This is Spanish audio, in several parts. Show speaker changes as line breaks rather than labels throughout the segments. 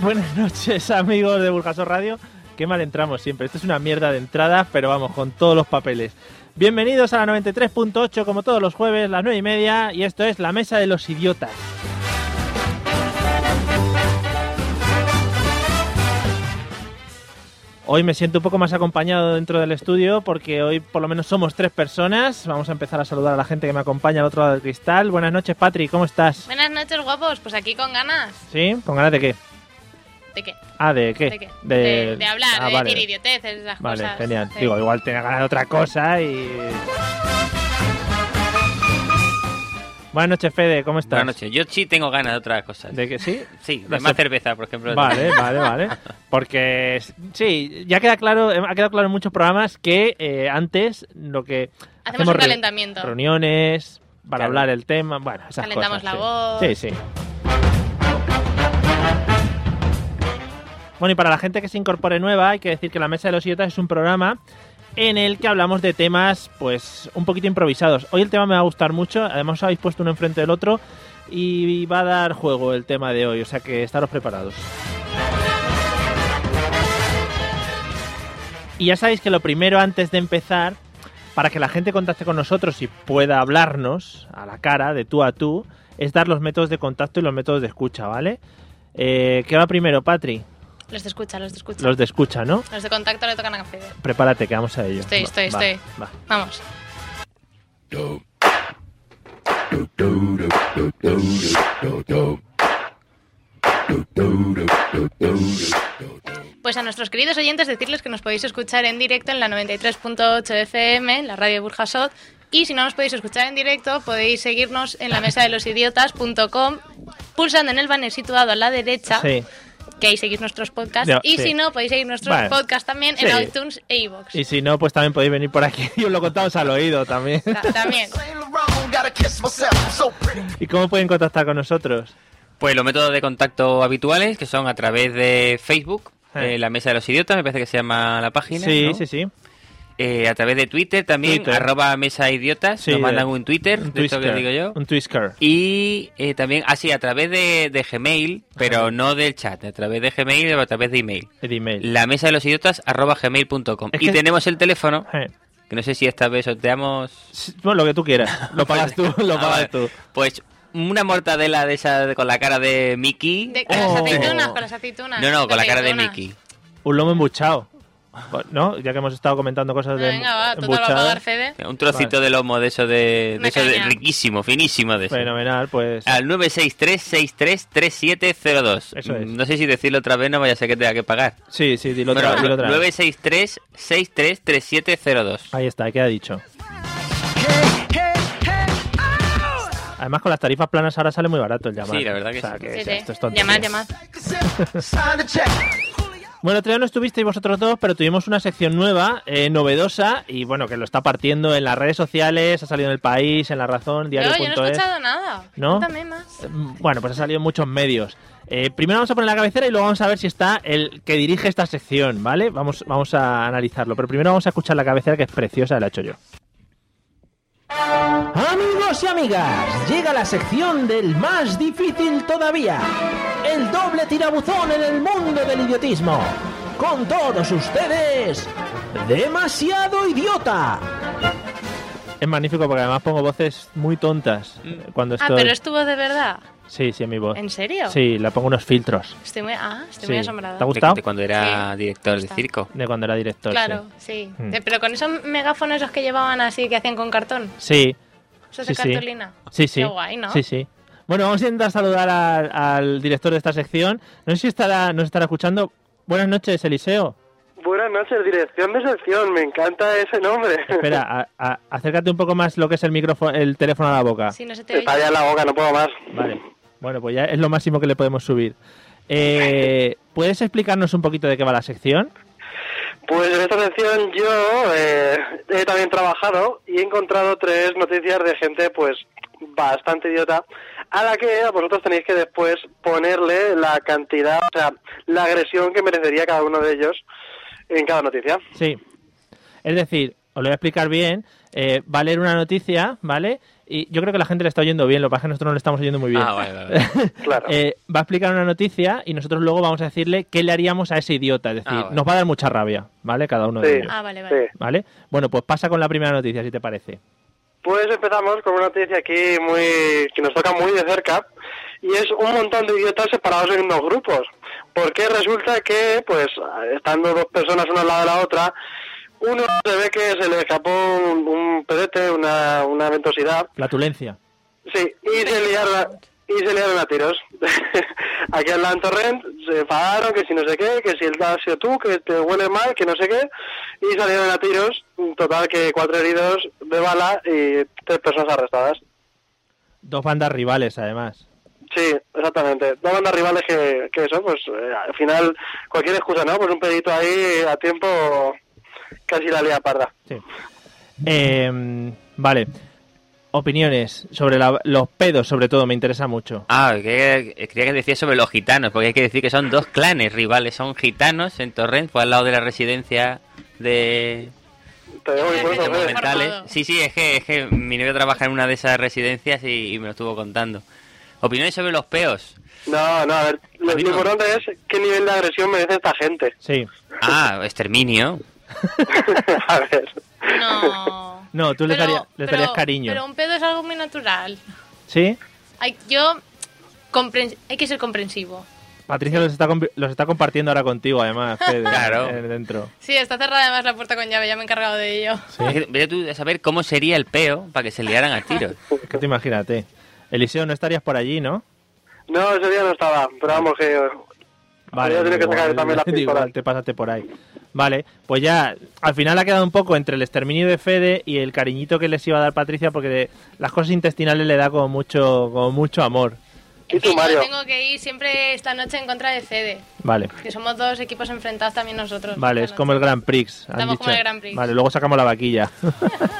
Buenas noches, amigos de Burjasor Radio. Qué mal entramos siempre. Esto es una mierda de entrada, pero vamos, con todos los papeles. Bienvenidos a la 93.8, como todos los jueves, las 9 y media, y esto es La Mesa de los Idiotas. Hoy me siento un poco más acompañado dentro del estudio porque hoy por lo menos somos tres personas. Vamos a empezar a saludar a la gente que me acompaña al otro lado del cristal. Buenas noches, Patri, ¿cómo estás?
Buenas noches, guapos. Pues aquí con ganas.
¿Sí? ¿Con ganas de qué?
¿De qué?
Ah, ¿de qué?
¿De qué? De, de hablar,
Ah,
de
vale.
decir idioteces, esas
Vale,
cosas.
genial.
Sí.
Digo, igual tenía ganas de otra cosa y... Buenas noches, Fede, ¿cómo estás?
Buenas noches. Yo sí tengo ganas de otras cosas.
¿De que sí?
Sí, de
Las-
más cerveza, por ejemplo.
Vale, vale, vale. Porque sí, ya queda claro, ha quedado claro en muchos programas que eh, antes lo que
Hacemos un
reu-
calentamiento.
reuniones para
Claro.
hablar el tema, bueno, esas
Calentamos
cosas,
la
sí.
voz.
Sí, sí. Bueno, y para la gente que se incorpore nueva, hay que decir que la Mesa de los Idiotas es un programa en el que hablamos de temas, pues, un poquito improvisados. Hoy el tema me va a gustar mucho, además os habéis puesto uno enfrente del otro y va a dar juego el tema de hoy, o sea que estaros preparados. Y ya sabéis que lo primero antes de empezar, para que la gente contacte con nosotros y pueda hablarnos a la cara, de tú a tú, es dar los métodos de contacto y los métodos de escucha, ¿vale? Eh, ¿Qué va primero, Patri?
Los de escucha, los de escucha.
Los de escucha, ¿no?
Los de contacto le tocan a café.
Prepárate, que vamos a ello.
Estoy,
Va,
estoy,
va,
estoy.
va.
Vamos. Pues a nuestros queridos oyentes decirles que nos podéis escuchar en directo en la 93.8 FM, en la radio de Burjasot. Y si no nos podéis escuchar en directo, podéis seguirnos en la mesa de los idiotas.com, pulsando en el banner situado a la derecha,
Sí.
que ahí seguís nuestros podcasts.
Ya,
y
sí.
si no, podéis seguir nuestros
Vale.
podcasts también en
Sí.
iTunes e iVoox.
Y si no, pues también podéis venir por aquí y os lo contamos al oído también.
Ta- También.
¿Y cómo pueden contactar con nosotros?
Pues los métodos de contacto habituales, que son a través de Facebook,
Eh.
eh, la Mesa de los Idiotas, me parece que se llama la página.
Sí,
¿no?
sí, sí.
Eh, a través de Twitter también,
Twitter.
arroba Mesa Idiotas,
Sí,
nos mandan
eh,
un Twitter, de esto que digo yo.
Un Twister.
Y eh, también, así, a través de, de Gmail, pero no del chat, a través de Gmail, pero a través de email.
El email.
La Mesa de los Idiotas, arroba gmail.com.
Es
Y
que-
tenemos el teléfono,
Eh.
que no sé si esta vez sorteamos...
Sí, Bueno, lo que tú quieras. Lo pagas tú, lo
Ah,
pagas
vale.
tú.
Pues una mortadela de esa de- con la cara de Mickey.
De- con
Oh.
las aceitunas, con las aceitunas.
No, no, con la cara de
aceitunas.
Mickey.
Un lomo embuchado. ¿No? Ya que hemos estado comentando cosas de
Venga, va, total va a
embuchado.
pagar Fede.
Un trocito de lomo de eso de, de,
Una
eso de-
caña.
riquísimo, finísimo de eso.
Fenomenal, pues.
Al 963-633702.
Eso es.
No sé si decirlo otra vez, no vaya a ser que tenga que pagar.
Sí, sí, dilo otra,
Bueno,
dilo otra vez.
963-633702.
Ahí está, queda dicho. Además, con las tarifas planas ahora sale muy barato el llamar.
Sí, la verdad que
O sea,
sí.
Sí,
es-
sí.
esto es tontería.
Llamad, llamad.
Bueno, otro día no estuvisteis vosotros dos, pero tuvimos una sección nueva, eh, novedosa, y bueno, que lo está partiendo en las redes sociales, ha salido en El País, en La Razón,
Yo,
diario.es.
yo no he escuchado nada.
¿No?
Cuéntame más.
Mm, Bueno, pues ha salido en muchos medios. Eh, primero vamos a poner la cabecera y luego vamos a ver si está el que dirige esta sección, ¿vale? Vamos, vamos a analizarlo. Pero primero vamos a escuchar la cabecera que es preciosa, la he hecho yo.
Amigos y amigas, llega la sección del más difícil todavía, el doble tirabuzón en el mundo del idiotismo. Con todos ustedes, Demasiado idiota.
Es magnífico porque además pongo voces muy tontas eh, cuando
Ah,
estoy.
pero estuvo de verdad.
Sí, sí, es mi voz.
¿En serio?
Sí, le pongo unos filtros
Estoy muy, ah, estoy
Sí.
muy asombrada.
¿Te ha
De-
gustado?
de cuando era
Sí,
director
me
de
gusta.
circo.
de cuando era director.
Claro, sí.
Mm.
Eh, Pero con esos megáfonos esos que llevaban así, que hacían con cartón.
Sí.
Eso es
Sí,
de
sí.
cartolina.
Sí, sí. sí.
Qué guay, ¿no?
Sí, sí. Bueno, vamos a intentar saludar al, al director de esta sección. No sé si estará, nos estará escuchando. Buenas noches, Eliseo.
Buenas noches, dirección de sección, me encanta ese nombre.
Espera, a- a- acércate un poco más lo que es el micrófono, el teléfono a la boca.
Si no se te
Me
oye.
talla la boca, no puedo más.
Vale. Bueno, pues ya es lo máximo que le podemos subir. Eh, ¿Puedes explicarnos un poquito de qué va la sección?
Pues en esta sección yo eh, he también trabajado y he encontrado tres noticias de gente pues bastante idiota a la que vosotros tenéis que después ponerle la cantidad, o sea, la agresión que merecería cada uno de ellos en cada noticia.
Sí. Es decir, os lo voy a explicar bien. Eh, va a leer una noticia, ¿vale? Y yo creo que la gente le está oyendo bien, lo que pasa es que nosotros no le estamos oyendo muy bien.
Ah, vale, vale. vale.
Claro.
Eh, va a explicar una noticia y nosotros luego vamos a decirle qué le haríamos a ese idiota. Es decir,
Ah, vale.
nos va a dar mucha rabia, ¿vale? Cada uno de
Sí.
ellos.
Ah, vale, vale.
Sí.
¿Vale? Bueno, pues pasa con la primera noticia, si te parece.
Pues empezamos con una noticia aquí muy que nos toca muy de cerca y es un montón de idiotas separados en dos grupos. Porque resulta que, pues, estando dos personas una al lado de la otra, uno se ve que se le escapó un, un pedete, una, una ventosidad,
Flatulencia.
Sí, y se liaron a, y se liaron a tiros. Aquí en Torrent se enfadaron que si no sé qué, que si el has sido tú, que te huele mal, que no sé qué, y salieron a tiros, total que cuatro heridos de bala y tres personas arrestadas.
Dos bandas rivales, además.
Sí, exactamente. Dos bandas rivales que, que eso, pues eh, al final cualquier excusa, ¿no? Pues un pedito ahí a tiempo casi la lía parda.
Sí. Eh, vale. Opiniones sobre la- los pedos, sobre todo, me interesa mucho.
Ah, que- que- creía que decía sobre los gitanos, porque hay que decir que son dos clanes rivales. Son gitanos en Torrent, fue al lado de la residencia de
Te dejo mi
Yo creo
puesto,
que
Fede.
te voy a
Mentales.
todo.
Sí, sí, es que, es que mi novia trabaja en una de esas residencias y, y me lo estuvo contando. Opiniones sobre los peos.
No, no, a ver, lo,
A
lo
mí no.
importante es qué nivel de agresión merece esta gente.
Sí.
Ah, exterminio.
a ver.
No.
No, tú le
Pero-
darías- le
pero-
darías cariño.
Pero un pedo es algo muy natural.
¿Sí?
Hay, yo. compren- hay que ser comprensivo.
Patricia los está, compi- los está compartiendo ahora contigo, además. Fede,
Claro.
eh, dentro.
Sí, está cerrada además la puerta con llave, ya me he encargado de ello.
Es que Vete tú a saber cómo sería el peo para que se liaran a tiros.
Es que te imagínate. Eliseo, no estarías por allí, ¿no?
No, ese día no estaba, pero vamos que... Habría tenido que
igual,
sacar también la
digo,
pistola.
igual te pasaste por ahí. Vale, pues ya, al final ha quedado un poco entre el exterminio de Fede y el cariñito que les iba a dar Patricia, porque de- las cosas intestinales le da como mucho, como mucho amor.
¿Y
En fin,
tú, Mario?
yo tengo que ir siempre esta noche en contra de Fede.
Vale,
Que somos dos equipos enfrentados también nosotros.
vale, es
esta
como el
noche.
Grand Prix. han
Estamos
dicho.
como el Grand Prix.
Vale, luego sacamos la vaquilla.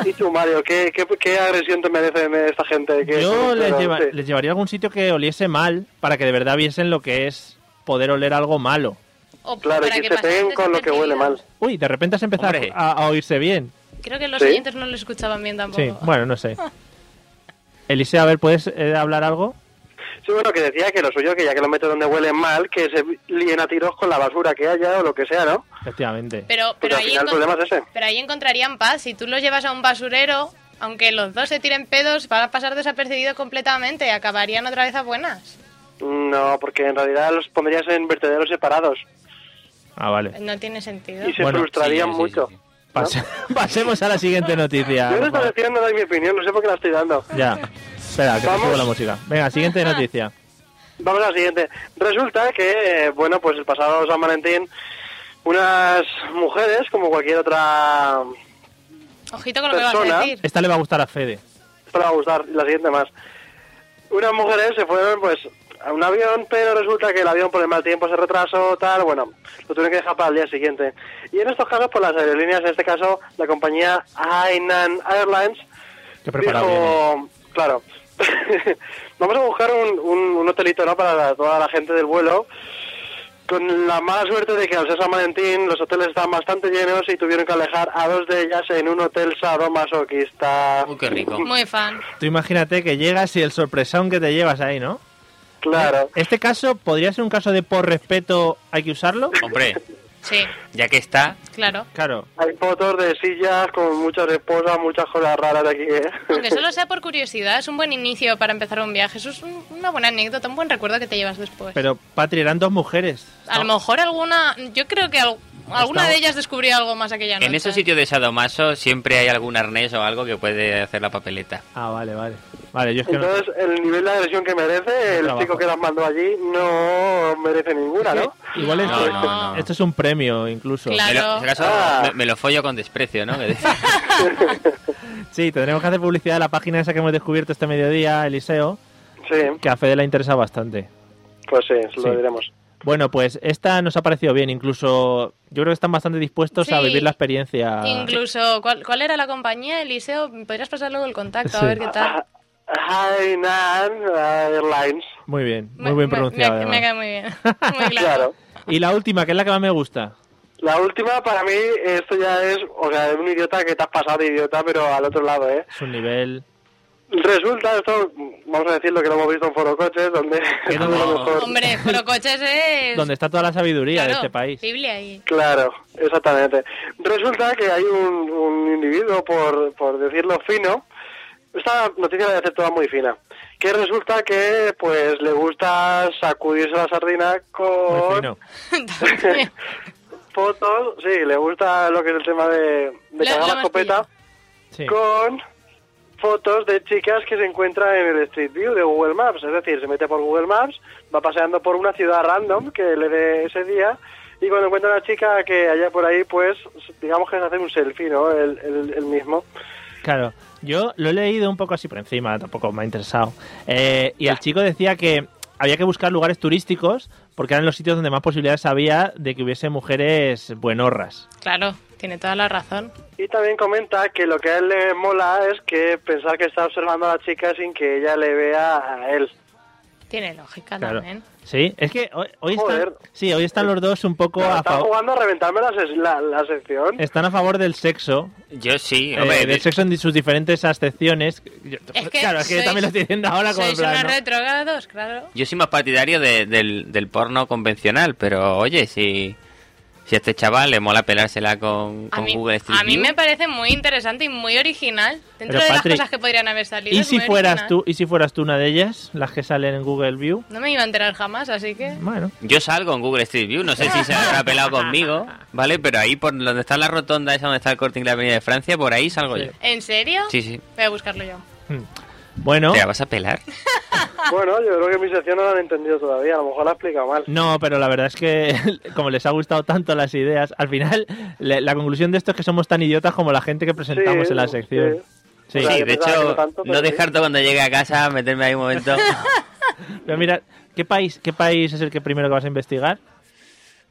¿Y tú, Mario? ¿Qué, qué, qué agresión te merece de esta gente? ¿Qué-
Yo les,
pero,
lleva-
sí.
les llevaría a algún sitio que oliese mal, para que de verdad viesen lo que es poder oler algo malo.
O
Claro,
para
que se
pasen
peguen con lo que huele mal.
desapercibidos.
Uy, de repente has empezado
Hombre.
a, a oírse bien.
Creo que los
Sí.
oyentes no lo escuchaban bien tampoco.
Sí, bueno, no sé. Eliseo, a ver, ¿puedes eh, hablar algo?
Sí, bueno, que decía que lo suyo, que ya que lo meto donde huele mal, que se líen a tiros con la basura que haya o lo que sea, ¿no?
Efectivamente.
Pero,
Pues
pero,
al
ahí
final el
encon-
problema es ese.
pero ahí encontrarían paz. Si tú los llevas a un basurero, aunque los dos se tiren pedos, van a pasar desapercibidos completamente. Acabarían otra vez a buenas.
Mm, No, porque en realidad los pondrías en vertederos separados
Ah, vale.
No tiene sentido.
y se
Bueno,
frustrarían
sí, sí,
mucho.
sí, sí.
Pase- pasemos a la siguiente noticia.
Yo no
por
estoy
favor.
diciendo doy mi opinión, no sé por qué la estoy dando.
Ya. Espera, que te
Vamos.
subo la música. Venga, siguiente noticia.
Vamos a la siguiente. Resulta que, eh, bueno, pues el pasado San Valentín, unas mujeres, como cualquier otra
Ojito con lo que vas
Persona.
a decir.
Esta le va a gustar a Fede.
Esto le va a gustar, y la siguiente más. Unas mujeres se fueron, pues, a un avión, pero resulta que el avión por el mal tiempo se retrasó, tal, bueno, lo tuvieron que dejar para el día siguiente. Y en estos casos, por las aerolíneas, en este caso, la compañía Hainan Airlines,
Que preparado viene.
dijo, claro, vamos a buscar un, un- un hotelito, ¿no?, para la- toda la gente del vuelo, con la mala suerte de que al ser San Valentín los hoteles estaban bastante llenos y tuvieron que alejar a dos de ellas en un hotel sadomasoquista.
Uy, qué rico.
Muy fan.
Tú imagínate que llegas y el sorpresón que te llevas ahí, ¿no?
Claro.
Este caso podría ser un caso de por respeto hay que usarlo.
Hombre,
Sí,
Ya que está,
claro.
Claro.
Hay fotos de sillas con muchas esposas, muchas cosas raras aquí, ¿eh?
Aunque solo sea por curiosidad, es un buen inicio para empezar un viaje. Eso es un- una buena anécdota, un buen recuerdo que te llevas después.
Pero, Patri, eran dos mujeres.
a lo mejor alguna. Yo creo que al- alguna
Estamos-
de ellas descubrió algo más aquella noche.
en esos sitios de Sadomaso siempre hay algún arnés o algo que puede hacer la papeleta.
Ah, vale, vale. Vale, yo es que no...
Entonces, el nivel de agresión que merece, el
trabajo.
chico que las mandó allí, no merece ninguna, ¿no?
Igual
No,
esto,
no, no.
esto es un premio, incluso.
Claro.
Me lo, en ese caso,
Ah.
me, me lo follo con desprecio, ¿no?
Sí, tendremos que hacer publicidad de la página esa que hemos descubierto este mediodía, Eliseo,
Sí,
que a Fede la interesa bastante.
pues sí, se lo
Sí.
diremos.
Bueno, pues esta nos ha parecido bien, incluso yo creo que están bastante dispuestos a
Sí.
vivir la experiencia.
Incluso, ¿cuál, cuál era la compañía, Eliseo? ¿Podrías pasar luego el contacto
Sí.
a ver qué
Ah,
tal?
Hainan eh, Airlines,
Muy bien,
Me-
muy bien
me-
pronunciado.
Me, me
además.
cae muy bien. Muy claro.
claro.
Y la última, que es la que más me gusta.
La última, para mí, esto ya es, o sea, es un idiota que te has pasado de idiota, pero al otro lado, ¿eh?
Es un nivel.
Resulta, esto, vamos a decirlo que lo hemos visto en Foro Coches, donde...
Que no.
a lo mejor-
Hombre, pero coches es.
Donde está toda la sabiduría
Claro,
de este país.
Biblia y.
Claro, exactamente. Resulta que hay un, un individuo, por, por decirlo fino, esta noticia la voy a hacer toda muy fina, que resulta que pues le gusta sacudirse la sardina
Muy
con
fino.
También.
fotos, sí, le gusta lo que es el tema de, de
La-
cargar
la
la escopeta,
Sí.
con fotos de chicas que se encuentran en el Street View de Google Maps, es decir, se mete por Google Maps, va paseando por una ciudad random que le dé ese día y cuando encuentra una chica que haya por ahí, pues digamos que se hace un selfie, ¿no? El, el- el mismo.
Claro, yo lo he leído un poco así por encima, tampoco me ha interesado. Eh, y el chico decía que había que buscar lugares turísticos porque eran los sitios donde más posibilidades había de que hubiese mujeres buenorras.
Claro, tiene toda la razón.
Y también comenta que lo que a él le mola es que pensar que está observando a la chica sin que ella le vea a él.
Tiene lógica
Claro.
también.
Sí, es que hoy, hoy están,
Joder.
sí, hoy están los dos un poco a
Está
favor.
jugando a reventarme la, ses- la- la sección.
Están a favor del sexo,
Yo sí,
eh,
hombre,
del
de-
sexo en sus diferentes acepciones. Yo-
Es que
claro, es que
sois-
también lo estoy diciendo ahora como en
Sois
plan,
unos
¿no?
retrógrados, claro.
yo soy más partidario de- del, del porno convencional, pero oye, si, si a este chaval le mola pelársela con,
A
con
mí,
Google Street
a mí
View,
me parece muy interesante y muy original. Dentro
Pero,
de
Patrick,
las cosas que podrían haber salido.
¿Y
es
si
muy
fueras
original.
tú, y si fueras tú una de ellas, las que salen en Google View?
No me iba a enterar jamás, así que.
Bueno,
Yo salgo en Google Street View, no sé si se habrá pelado conmigo, ¿vale? Pero ahí por donde está la rotonda, esa donde está el corte inglés de Avenida de Francia, por ahí salgo
Sí.
yo.
¿En serio?
Sí, sí.
Voy a buscarlo yo.
bueno.
¿Te la vas a pelar?
Bueno, yo creo que mi sección no la han entendido todavía, a lo mejor la he explicado mal.
No, pero la verdad es que como les ha gustado tanto las ideas, al final le- la conclusión de esto es que somos tan idiotas como la gente que presentamos
Sí,
en la sección. Sí,
sí. O sea,
Sí, de
yo pensaba que
hecho,
no tanto, pero
no
sí.
descarto cuando llegue a casa meterme ahí un momento.
Pero mira, ¿qué país, ¿qué país es el que primero que vas a investigar?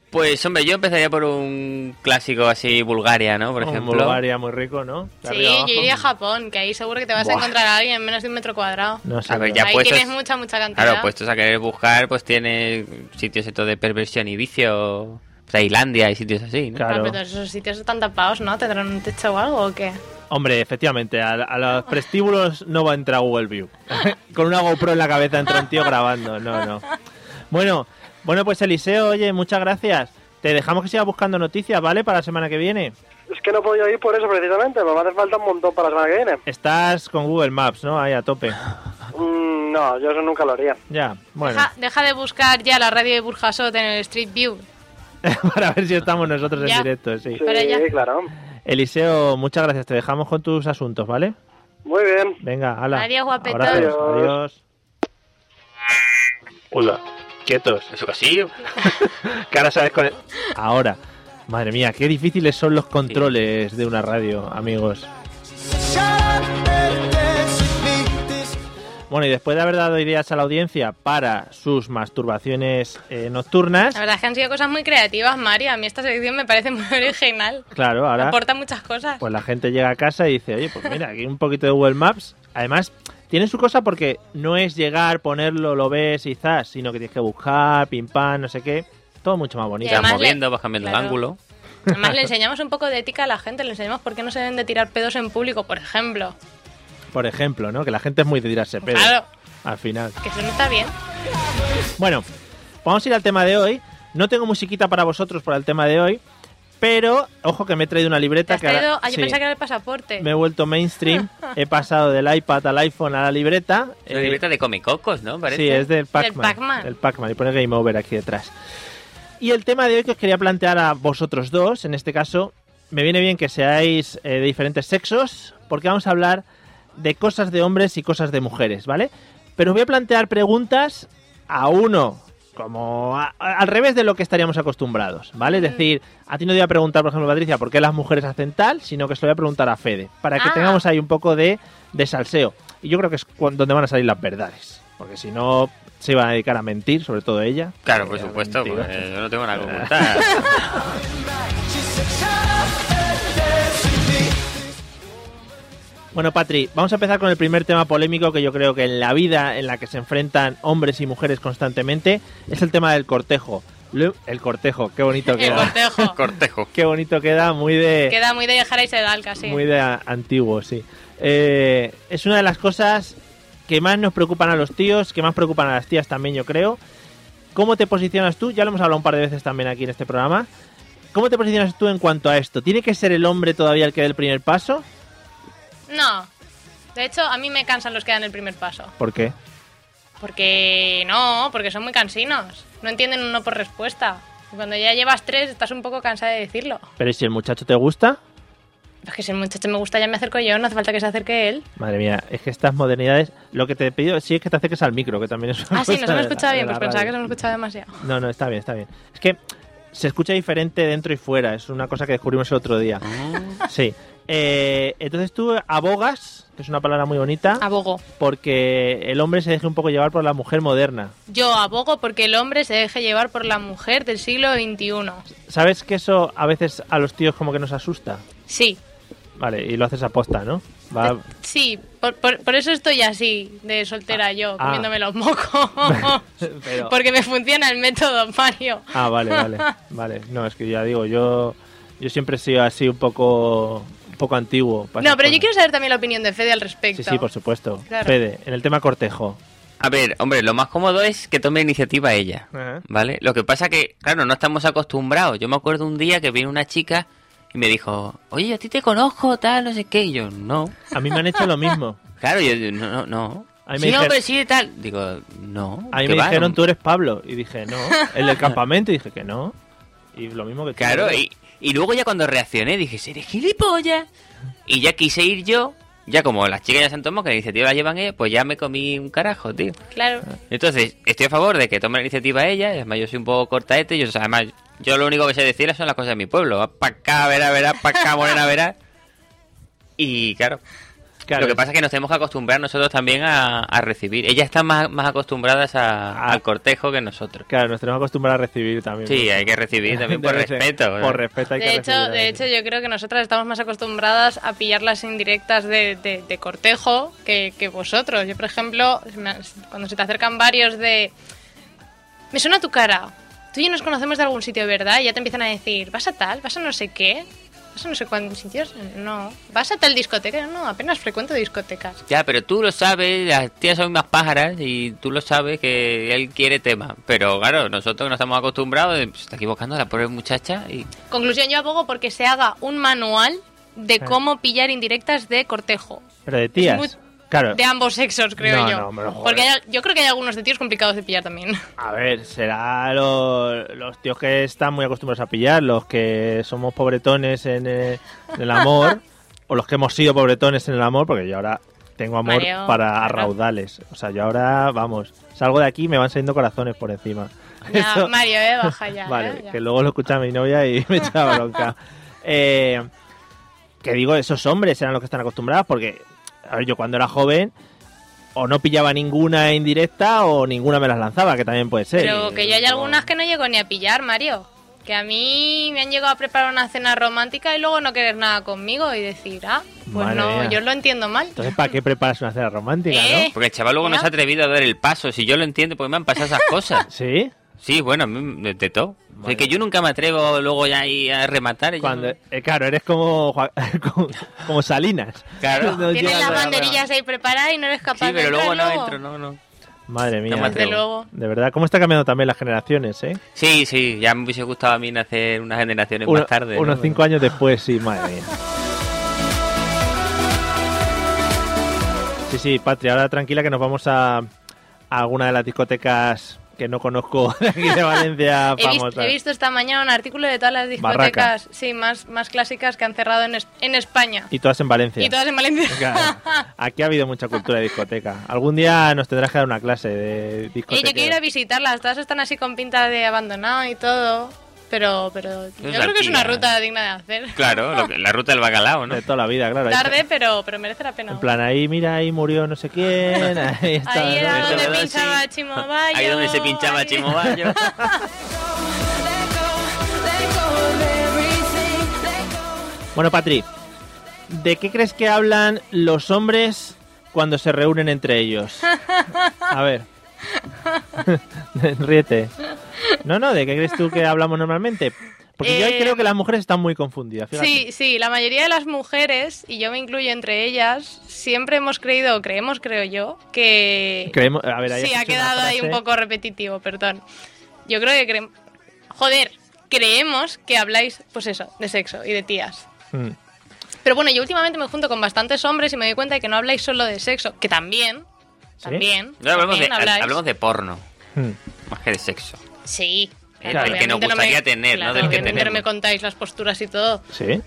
Pues hombre, yo empezaría por un clásico así, Bulgaria, ¿no? Por
Un
ejemplo.
Bulgaria muy rico, ¿no? De
Sí,
arriba
yo
abajo.
iría a Japón, que ahí seguro que te vas a
Buah.
encontrar a alguien en menos de un metro cuadrado.
No sé.
A ver,
pero-
Ya,
ahí
pues
tienes
es-
mucha, mucha cantidad.
Claro, puestos a querer buscar, pues tiene sitios estos de perversión y vicio, Tailandia y sitios así, ¿no?
Claro.
Claro, Ah, pero todos esos sitios están tapados, ¿no? ¿Tendrán un techo o algo o qué?
Hombre, efectivamente, a, a los prestíbulos no va a entrar Google View. Con una GoPro en la cabeza entra un tío grabando. No, no. Bueno, bueno, pues Eliseo, oye, muchas gracias. Te dejamos que sigas buscando noticias, ¿vale? Para la semana que viene.
Es que no he podido ir por eso precisamente, me va a hacer falta un montón para la semana que viene.
Estás con Google Maps, ¿no? Ahí a tope. Ah.
Mm, no, yo eso nunca lo haría.
Ya, bueno.
Deja, deja de buscar ya la radio de Burjasot en el Street View.
para ver si estamos nosotros
Ya.
en directo, sí.
Sí,
Para allá.
claro.
Eliseo, muchas gracias. Te dejamos con tus asuntos, ¿vale?
Muy bien.
Venga, hala.
Adiós, guapetón.
Abrazos,
Adiós.
Adiós. Hola. Quietos.
Eso que sí.
Que ahora sabes con Ahora. Madre mía, qué difíciles son los controles de una radio, amigos. Bueno, y después de haber dado ideas a la audiencia para sus masturbaciones eh, nocturnas,
La verdad es que han sido cosas muy creativas, Mari. A mí esta sección me parece muy original.
claro, ahora...
Aporta muchas cosas.
Pues la gente llega a casa y dice, oye, pues mira, aquí un poquito de Google Maps. Además, tiene su cosa porque no es llegar, ponerlo, lo ves y zas, sino que tienes que buscar, pim pam, no sé qué. Todo mucho más
Y
bonito.
Te vas
además le-
moviendo, vas cambiando el
Claro.
ángulo.
Además, le enseñamos un poco de ética a la gente. Le enseñamos por qué no se deben de tirar pedos en público, por ejemplo.
Por ejemplo, ¿no? Que la gente es muy de tirarse pedo.
Claro,
Al final.
que eso no está bien.
Bueno, vamos a ir al tema de hoy, No tengo musiquita para vosotros para el tema de hoy, pero ojo que me he traído una
¿Te
libreta
has
que ahora-
traído? Ah, yo
sí.
pensaba que era el pasaporte.
me he vuelto mainstream, he pasado del iPad al iPhone a la libreta.
Es una
eh,
libreta de Comecocos, ¿no? Parece.
Sí, es del Pac-Man.
Pac-Man.
del Pac-Man, y pone Game Over aquí detrás. Y el tema de hoy que os quería plantear a vosotros dos, en este caso, me viene bien que seáis eh, de diferentes sexos, porque vamos a hablar de cosas de hombres y cosas de mujeres, ¿vale? Pero os voy a plantear preguntas a uno, como a- a- al revés de lo que estaríamos acostumbrados, ¿vale? Es decir, a ti no te voy a preguntar, por ejemplo, Patricia, por qué las mujeres hacen tal, sino que se lo voy a preguntar a Fede, para que
Ah.
tengamos ahí un poco de, de salseo. Y yo creo que es cu- donde van a salir las verdades, porque si no se iban a dedicar a mentir, sobre todo ella.
Claro, por
Eh,
supuesto.
mentirosa.
pues, eh, yo no tengo nada que ocultar.
Bueno, Patri, vamos a empezar con el primer tema polémico que yo creo que en la vida en la que se enfrentan hombres y mujeres constantemente es el tema del cortejo. Lo- El cortejo, qué bonito
El
queda.
cortejo.
Cortejo.
Qué bonito queda, muy de,
Queda muy de dejar y se da casi.
muy de a- antiguo, sí. Eh, es una de las cosas que más nos preocupan a los tíos, que más preocupan a las tías también, yo creo. ¿Cómo te posicionas tú? Ya lo hemos hablado un par de veces también aquí en este programa. ¿Cómo te posicionas tú en cuanto a esto? ¿Tiene que ser el hombre todavía el que dé el primer paso?
No. De hecho, a mí me cansan los que dan el primer paso.
¿Por qué?
Porque no, porque son muy cansinos. No entienden uno por respuesta. Y Cuando ya llevas tres, estás un poco cansada de decirlo.
Pero si el muchacho te gusta,
Es que si el muchacho me gusta, ya me acerco yo, no hace falta que se acerque él.
Madre mía, es que estas modernidades. Lo que te pido sí es que te acerques al micro, que también es una
Ah,
cosa
sí, nos hemos
de la-
escuchado
de
bien,
la
pues pensaba que
radio.
nos hemos escuchado demasiado.
No, no, está bien, está bien. Es que se escucha diferente dentro y fuera, es una cosa que descubrimos el otro día. Sí. Eh, entonces tú abogas, que es una palabra muy bonita,
Abogo.
porque el hombre se deje un poco llevar por la mujer moderna.
Yo abogo porque el hombre se deje llevar por la mujer del siglo XXI.
¿Sabes que eso a veces a los tíos como que nos asusta?
Sí,
Vale, y lo haces aposta, ¿no? Va-
sí, por, por- por eso estoy así, de soltera yo,
ah.
comiéndome los mocos.
Pero-
Porque me funciona el método, Mario.
Ah, vale, vale, vale. No, es que ya digo, yo, yo siempre he sido así un poco, un poco antiguo. para
No,
esas
pero yo
cosas.
quiero saber también la opinión de Fede al respecto.
Sí, sí, por supuesto.
Claro.
Fede, en el tema cortejo.
A ver, hombre, lo más cómodo es que tome iniciativa ella.
Ajá.
¿Vale? Lo que pasa que, claro, no estamos acostumbrados. Yo me acuerdo un día que vino una chica y me dijo, oye, a ti te conozco, tal, no sé qué. Y yo, no.
A mí me han hecho lo mismo.
Claro, yo, yo, no, no, no.
A mí me
Sí, no,
dijeron-
pero sí, tal. Digo, no.
A mí
¿qué
me
va?
dijeron,
No-
tú eres Pablo. Y dije, no. El del campamento, y dije que no. Y lo mismo que tú.
Claro, y, y luego ya cuando reaccioné dije, ¿eres gilipollas? Y ya quise ir yo, ya como las chicas ya se han tomado, que la iniciativa la llevan ellas, pues ya me comí un carajo, tío.
Claro.
Ah.
Entonces, estoy a favor de que tome la iniciativa ella, y además yo soy un poco cortaete, yo, o sea, además, yo lo único que sé decir son las cosas de mi pueblo, va pa' acá, verá, verá, pa' acá, morena, verá. Y claro,
Claro.
lo que pasa es que nos tenemos que acostumbrar nosotros también a, a recibir. Ellas están más, más acostumbradas a-
Ah.
al cortejo que nosotros.
Claro, nos tenemos que acostumbrar a recibir también.
Sí, hay que recibir también por
Debe ser-
respeto. ¿no?
Por respeto hay que
De hecho,
recibir,
de hecho, yo creo que nosotras estamos más acostumbradas a pillar las indirectas de, de- de cortejo que, que vosotros. Yo, por ejemplo, me- cuando se te acercan varios de... Me suena tu cara. Tú y yo nos conocemos de algún sitio, ¿verdad? Y ya te empiezan a decir, ¿vas a tal? ¿Vas a no sé qué? ¿Vas a no sé cuántos sitios? No. ¿Vas a tal discoteca? No, apenas frecuento discotecas.
Ya, pero tú lo sabes, las tías son más pájaras y tú lo sabes que él quiere tema. Pero claro, nosotros que no estamos acostumbrados, eh, se está equivocando la pobre muchacha y...
Conclusión, yo abogo porque se haga un manual de cómo pillar indirectas de cortejo.
Pero de tías.
es muy-
Claro.
De ambos sexos, creo
No,
yo.
no, me lo jodas.
Porque hay- yo creo que hay algunos de tíos complicados de pillar también.
A ver, será lo- los tíos que están muy acostumbrados a pillar, los que somos pobretones en, eh, en el amor, o los que hemos sido pobretones en el amor, porque yo ahora tengo amor
Mario,
para
claro.
raudales. O sea, yo ahora, vamos, salgo de aquí y me van saliendo corazones por encima.
Ya,
Eso-
Mario, eh, baja ya.
vale,
eh, ya.
que luego lo escucha mi novia y me echa la bronca. Eh, que digo, esos hombres eran los que están acostumbrados porque, a ver, yo cuando era joven o no pillaba ninguna en directa o ninguna me las lanzaba, que también puede ser.
Pero que yo hay algunas que no llego ni a pillar, Mario. Que a mí me han llegado a preparar una cena romántica y luego no querer nada conmigo y decir, ah, pues
Madre
no,
mía.
yo lo entiendo mal.
Entonces, ¿para qué preparas una cena romántica,
Eh.
Porque el chaval luego no se
¿No?
ha atrevido a dar el paso, si yo lo entiendo, porque me han pasado esas cosas.
no? ¿Sí?
Sí, bueno, a mí de, de todo. O sea,
Vale.
que yo nunca me atrevo luego ya ahí a rematar. y yo-
Cuando, eh, claro, eres como, Juan- como, como Salinas.
Claro.
No
Tienes
llegas
las
a-
banderillas ahí preparadas y no eres capaz
Sí, pero
de
luego
entrar
no entro, no, no.
Madre mía.
me
Desde
atrevo.
luego.
De verdad, ¿cómo está cambiando también las generaciones, eh?
Sí, sí, ya me hubiese gustado a mí nacer unas generaciones
Uno-
más tarde. ¿no?
unos cinco años después, sí, madre mía. Sí, sí, Patria, ahora tranquila que nos vamos a, a alguna de las discotecas que no conozco de aquí de Valencia
He, vis-
famosas.
he visto esta mañana un artículo de todas las discotecas sí, más, más clásicas que han cerrado en, es- en España.
Y todas en Valencia.
Y todas en Valencia.
Claro. Aquí ha habido mucha cultura de discoteca. Algún día nos tendrás que dar una clase de
Oye,
discoteca.
yo quiero ir a visitarlas, todas están así con pinta de abandonado y todo, pero, pero yo
Es
creo que es una
¿eh?
alquilar.
ruta digna de hacer.
Claro, lo que- la ruta del bacalao, ¿no?
De toda la vida, claro. Ahí
Tarde,
está-
pero, pero merece la pena.
En plan, ahí mira, ahí murió no sé quién. Ahí está.
Ahí era
Ahí
donde
está,
pinchaba
sí.
Chimobayo.
Ahí donde se pinchaba
ahí-
Chimobayo.
Bueno, Patri, ¿de qué crees que hablan los hombres cuando se reúnen entre ellos? A ver. Ríete. No, no, ¿de qué crees tú que hablamos normalmente? Porque yo ahí
Eh,
creo que las mujeres están muy confundidas. fíjate.
Sí, sí, la mayoría de las mujeres, y yo me incluyo entre ellas, siempre hemos creído, o creemos, creo yo, que...
Creemos, a ver, ahí
sí,
has
ha
hecho una
quedado ahí un
frase.
poco repetitivo, perdón. Yo creo que... creemos... Joder, creemos que habláis, pues eso, de sexo y de tías.
Mm.
Pero bueno, yo últimamente me junto con bastantes hombres y me doy cuenta de que no habláis solo de sexo, que también,
¿Sí?
también,
No, hablamos, de,
también habláis.
hablamos de porno,
Mm.
más que de sexo.
Sí.
Eh, del que nos
obviamente no me-
gustaría tener, ¿no?
claro,
Del que
obviamente no
tenemos.
me contáis las posturas y todo.
¿Sí?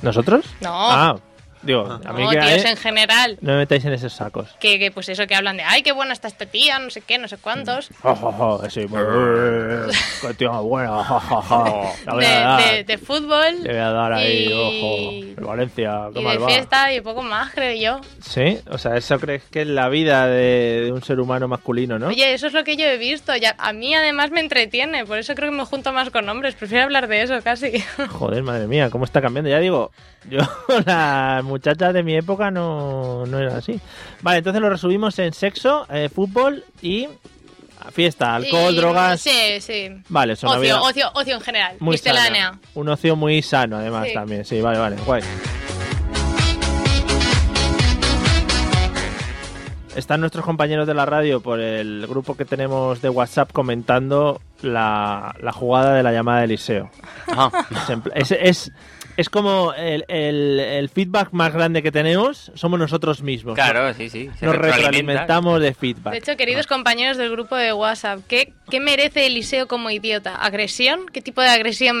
¿Nosotros?
No.
Ah, digo, a mí
No,
que
Oh. tíos,
eh,
en general.
no me metáis en esos sacos.
que, que, pues eso que hablan de ay qué buena está esta tía no sé qué no sé cuántos
Oh, oh, oh, sí, muy- qué tío más bueno. oh, oh, oh. La voy
de,
a dar.
de- de fútbol
Le voy a dar ahí,
y-
ojo. El Valencia, qué
y
mal
de
va.
fiesta y poco más creo yo
Sí, o sea, eso crees que es la vida de, de un ser humano masculino, ¿no?
oye eso es lo que yo he visto ya a mí además me entretiene por eso creo que me junto más con hombres prefiero hablar de eso casi
Joder, madre mía, cómo está cambiando. Ya digo, yo, las muchachas de mi época no, no eran así. Vale, entonces lo resumimos en sexo, eh, fútbol y fiesta, alcohol,
Y-
drogas.
sí sí
Vale, eso no
ocio,
había-
ocio ocio en general
Muy
miscelánea
sana. Un ocio muy sano, además,
Sí.
también. Sí, vale, vale, guay. Están nuestros compañeros de la radio por el grupo que tenemos de WhatsApp comentando la, la jugada de la llamada de Eliseo.
Ajá.
Es, en pla- es, es- es como el, el- el feedback más grande que tenemos, somos nosotros mismos.
Claro, sí, sí. se
Nos
retroalimenta.
retroalimentamos de
De
feedback.
hecho, queridos compañeros del grupo de WhatsApp, ¿qué, qué merece Eliseo como idiota? ¿Agresión? ¿Qué tipo de agresión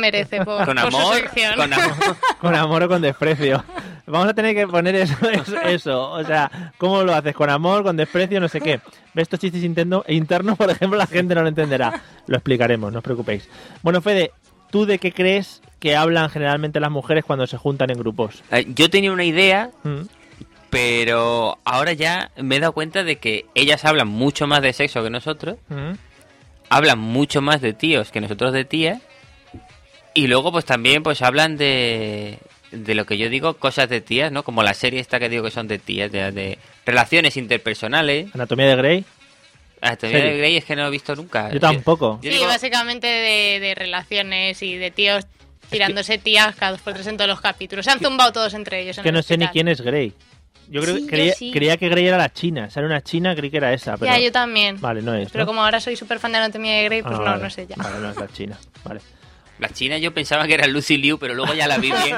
merece por,
Con
por su
amor,
sección?
con amor.
Con amor o con desprecio. Vamos a tener que poner eso, eso, eso. O sea, ¿cómo lo haces? ¿Con amor, con desprecio, no sé qué? ¿Ves estos chistes intento- internos, por ejemplo, la gente no lo entenderá? Lo explicaremos, no os preocupéis. Bueno, Fede, ¿tú de qué crees que hablan generalmente las mujeres cuando se juntan en grupos?
Eh, Yo tenía una idea,
¿Mm?
pero ahora ya me he dado cuenta de que ellas hablan mucho más de sexo que nosotros,
¿Mm?
hablan mucho más de tíos que nosotros de tías, y luego pues también pues hablan de, de lo que yo digo, cosas de tías, ¿no? Como la serie esta que digo que son de tías, de, de relaciones interpersonales.
¿Anatomía de Grey?
Anatomía de
Serie.
Grey es que no he visto nunca.
Yo tampoco.
Yo
sí,
digo-
básicamente de, de relaciones y de tíos tirándose tías cada dos por tres en todos los capítulos. Se han zumbado todos entre ellos. en
Es que
el
no sé ni
hospital.
quién es Grey. Yo creo
Sí,
que creía,
yo sí.
creía que Grey era la china. O sea, era una china, creí que era esa. Pero...
Ya, yo también.
Vale, no es.
Pero
¿no?
como ahora soy súper fan de Anatomía de Grey, pues
Ah,
no,
vale.
no sé ya.
Vale, no es la china. Vale.
La china yo pensaba que era Lucy Liu, pero luego ya la vi bien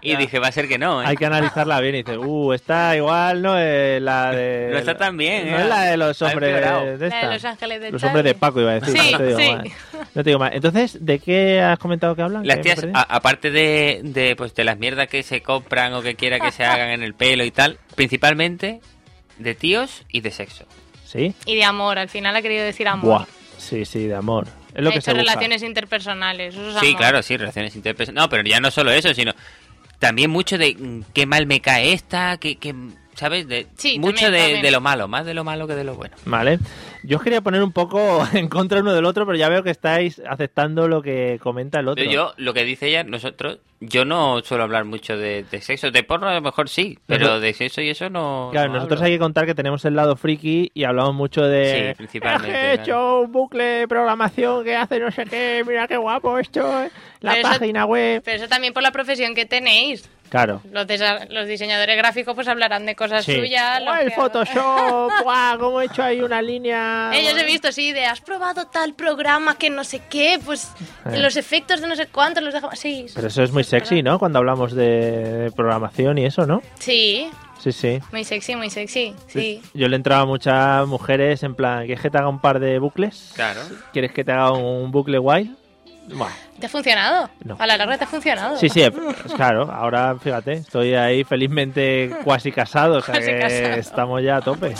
y dije, va a ser que no, ¿eh?
Hay que analizarla bien y dices, uh, está igual, no es la de.
No está tan bien,
No
eh.
es la de los
Ha
hombres.
empeorado.
De
La
esta.
de Los Ángeles de
Los
Charlie.
hombres de Paco, iba a decir.
Sí,
no, te digo
sí.
más. No te digo más. Entonces, ¿de qué has comentado que hablan? Que
Las
me he
tías,
perdido.
a- aparte de, de, pues, de las mierdas que se compran o que quiera que se hagan en el pelo y tal, principalmente de tíos y de sexo.
Sí.
Y de amor, al final ha querido decir amor.
Buah. Sí, sí, de amor. Es lo
ha
que
hecho
se busca.
relaciones interpersonales. Eso es
Sí,
amor.
claro, sí, relaciones interpersonales. No, pero ya no solo eso, sino también mucho de mm, qué mal me cae esta, que, que ¿sabes? De,
Sí,
mucho
también,
de,
también.
de lo malo, más de lo malo que de lo bueno.
Vale. Yo os quería poner un poco en contra uno del otro, pero ya veo que estáis aceptando lo que comenta el otro.
Pero yo, lo que dice ella, nosotros Yo no suelo hablar mucho de, de sexo, de porno a lo mejor sí, pero
Nosotros-
de sexo y eso no.
Claro,
no
nosotros
hablo.
hay que contar que tenemos el lado friki y hablamos mucho de...
Sí, principalmente,
He Eh, hecho
claro.
un bucle de programación que hace no sé qué, mira qué guapo esto, eh, la
Pero eso-
página web...
Pero eso también por la profesión que tenéis.
Claro.
Los, desa- los diseñadores gráficos pues hablarán de cosas suyas. los
Guau, el
creadores-
Photoshop, guau, cómo he hecho ahí una línea...
Eh, yo os he
guau.
visto, sí, de has probado tal programa que no sé qué, pues
Eh.
los efectos de no sé cuántos los dejamos. Sí,
Pero eso es muy sexy, ¿no? Cuando hablamos de programación y eso, ¿no?
sí,
Sí, sí.
muy sexy, muy sexy. Sí.
Yo le entraba a muchas mujeres en plan, ¿quieres que te haga un par de bucles?
Claro.
¿Quieres que te haga un bucle guay? Bueno,
¿Te ha funcionado?
No.
A la larga te ha funcionado.
sí, sí, pues claro, ahora fíjate, estoy ahí felizmente cuasi casado, o sea
Cuasi
que
casado.
estamos ya a tope.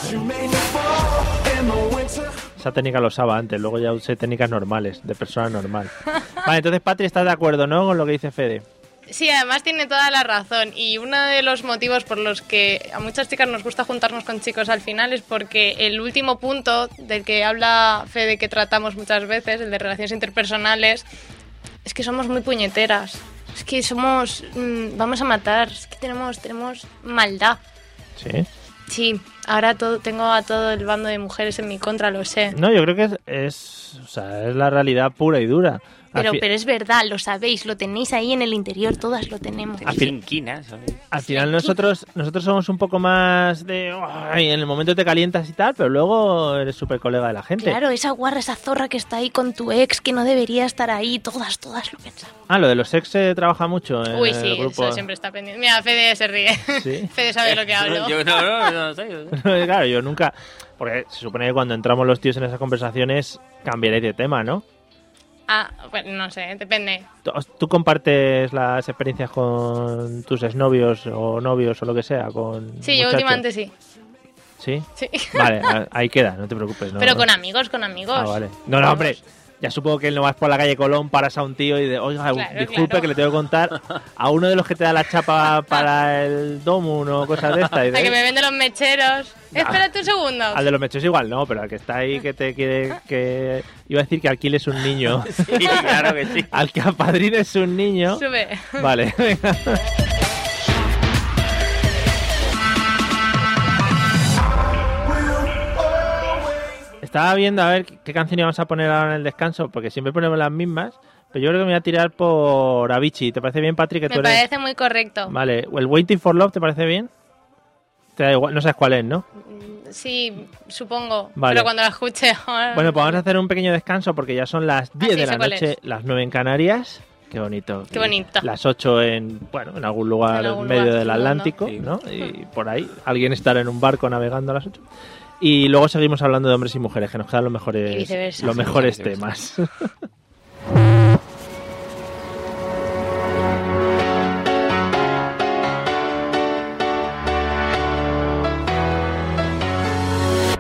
Esa técnica lo usaba antes, luego ya usé técnicas normales, de persona normal. Vale, entonces Patri, ¿estás de acuerdo, no? Con lo que dice Fede.
Sí, además tiene toda la razón. Y uno de los motivos por los que a muchas chicas nos gusta juntarnos con chicos al final es porque el último punto del que habla Fede que tratamos muchas veces, el de relaciones interpersonales, es que somos muy puñeteras. Es que somos... mm, vamos a matar. Es que tenemos, tenemos maldad.
Sí.
Sí, ahora todo, tengo a todo el bando de mujeres en mi contra, lo sé.
No, yo creo que es, es, o sea, es la realidad pura y dura. Al
Pero,
fi-
pero es verdad, lo sabéis, lo tenéis ahí en el interior, todas lo tenemos.
Tenéis
fin-
inquinas, ¿sabes?
Al final nosotros nosotros somos un poco más de... "Ay, en el momento te calientas y tal, pero luego eres súper colega de la gente.
Claro, esa guarra, esa zorra que está ahí con tu ex, que no debería estar ahí, todas, todas lo pensamos.
Ah, lo de los ex se trabaja mucho en
Uy,
Eh, el
sí,
grupo.
eso siempre está pendiente. Mira, Fede se ríe.
Sí.
Fede sabe lo que hablo.
Yo no, no, no, no sé, yo no sé.
claro, yo nunca... Porque se supone que cuando entramos los tíos en esas conversaciones cambiaréis de tema, ¿no?
Ah, bueno, no sé, depende.
¿Tú- ¿Tú compartes las experiencias con tus exnovios o novios o lo que sea? Con
Sí, yo
muchachos?
últimamente sí.
¿Sí?
sí.
Vale, a- ahí queda, no te preocupes. No,
Pero con amigos, con amigos.
Ah, vale. No, no, hombre. Ya supongo que no vas por la calle Colón, paras a un tío y de, oiga,
Claro,
disculpe
claro.
que le tengo que contar a uno de los que te da la chapa para el Domun o cosas de estas. y de,
A que me venden los mecheros. Espérate un segundo.
Al de los mechos igual no, pero al que está ahí que te quiere que... Iba a decir que alquiles un niño.
Sí, claro que sí.
al que apadrines un niño.
Sube.
Vale, venga. Estaba viendo a ver qué canción íbamos a poner ahora en el descanso, porque siempre ponemos las mismas, pero yo creo que me voy a tirar por Avicii. ¿Te parece bien, Patrick? Que tú
Me
eres-
parece muy correcto.
Vale, ¿O el Waiting for Love, ¿te parece bien? Te da igual, no sabes cuál es, ¿no?
Sí, supongo.
Vale.
Pero cuando la escuche. ahora-
Bueno, pues vamos a hacer un pequeño descanso porque ya son las 10
Ah, sí,
de
sé
la
cuál
noche,
es.
las 9 en Canarias. Qué bonito.
Qué bonito.
Las 8 en, bueno, en algún lugar
En
en
algún
medio
lugar
del
del Hmm.
Atlántico, ¿no?
mundo.
Y por ahí alguien estará en un barco navegando a las 8. Y luego seguimos hablando de hombres y mujeres, que nos quedan los
Y
mejores,
viceversa.
los mejores
Y viceversa.
temas.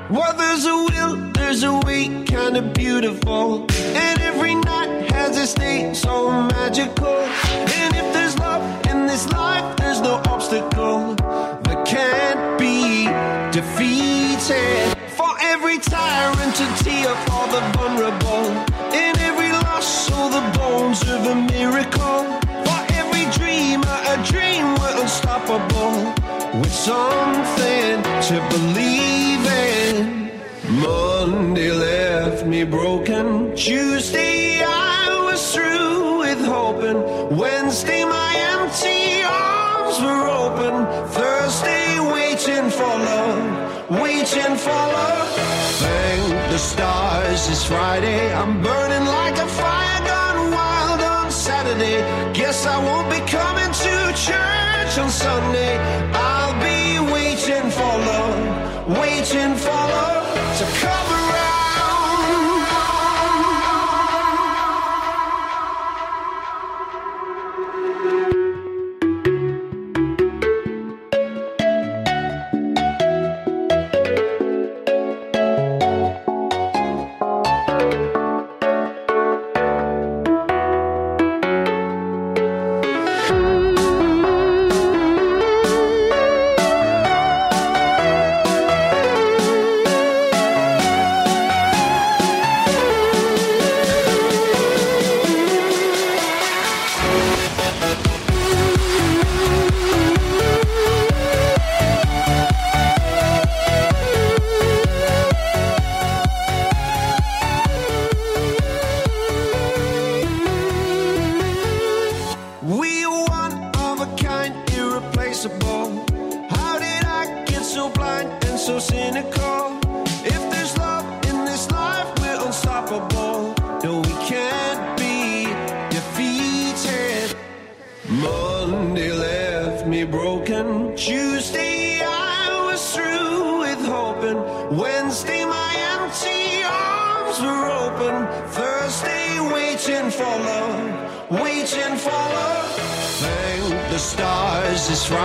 Well, there's a will, there's a way, kind of beautiful. And every night has a state so magical. And if there's love in this life, there's no obstacle that can't be defeated. For every tyrant to tear for the vulnerable. In every loss, all the bones of a miracle. For every dreamer, a dream we're unstoppable with something to believe in. Monday left me broken. Tuesday I was through with hoping. Wednesday my empty arms were open. Thursday waiting for love, waiting for love. Thank the stars it's Friday. I'm burning like a fire gone wild on Saturday. Guess I won't be coming to church on Sunday. I'll be waiting for love, waiting for love to come around. so cynical. If there's love in this life, we're unstoppable. No, we can't be defeated. Monday left me broken. Tuesday I was through with hoping. Wednesday my empty arms were open. Thursday waiting for love, waiting for love. Thank the stars it's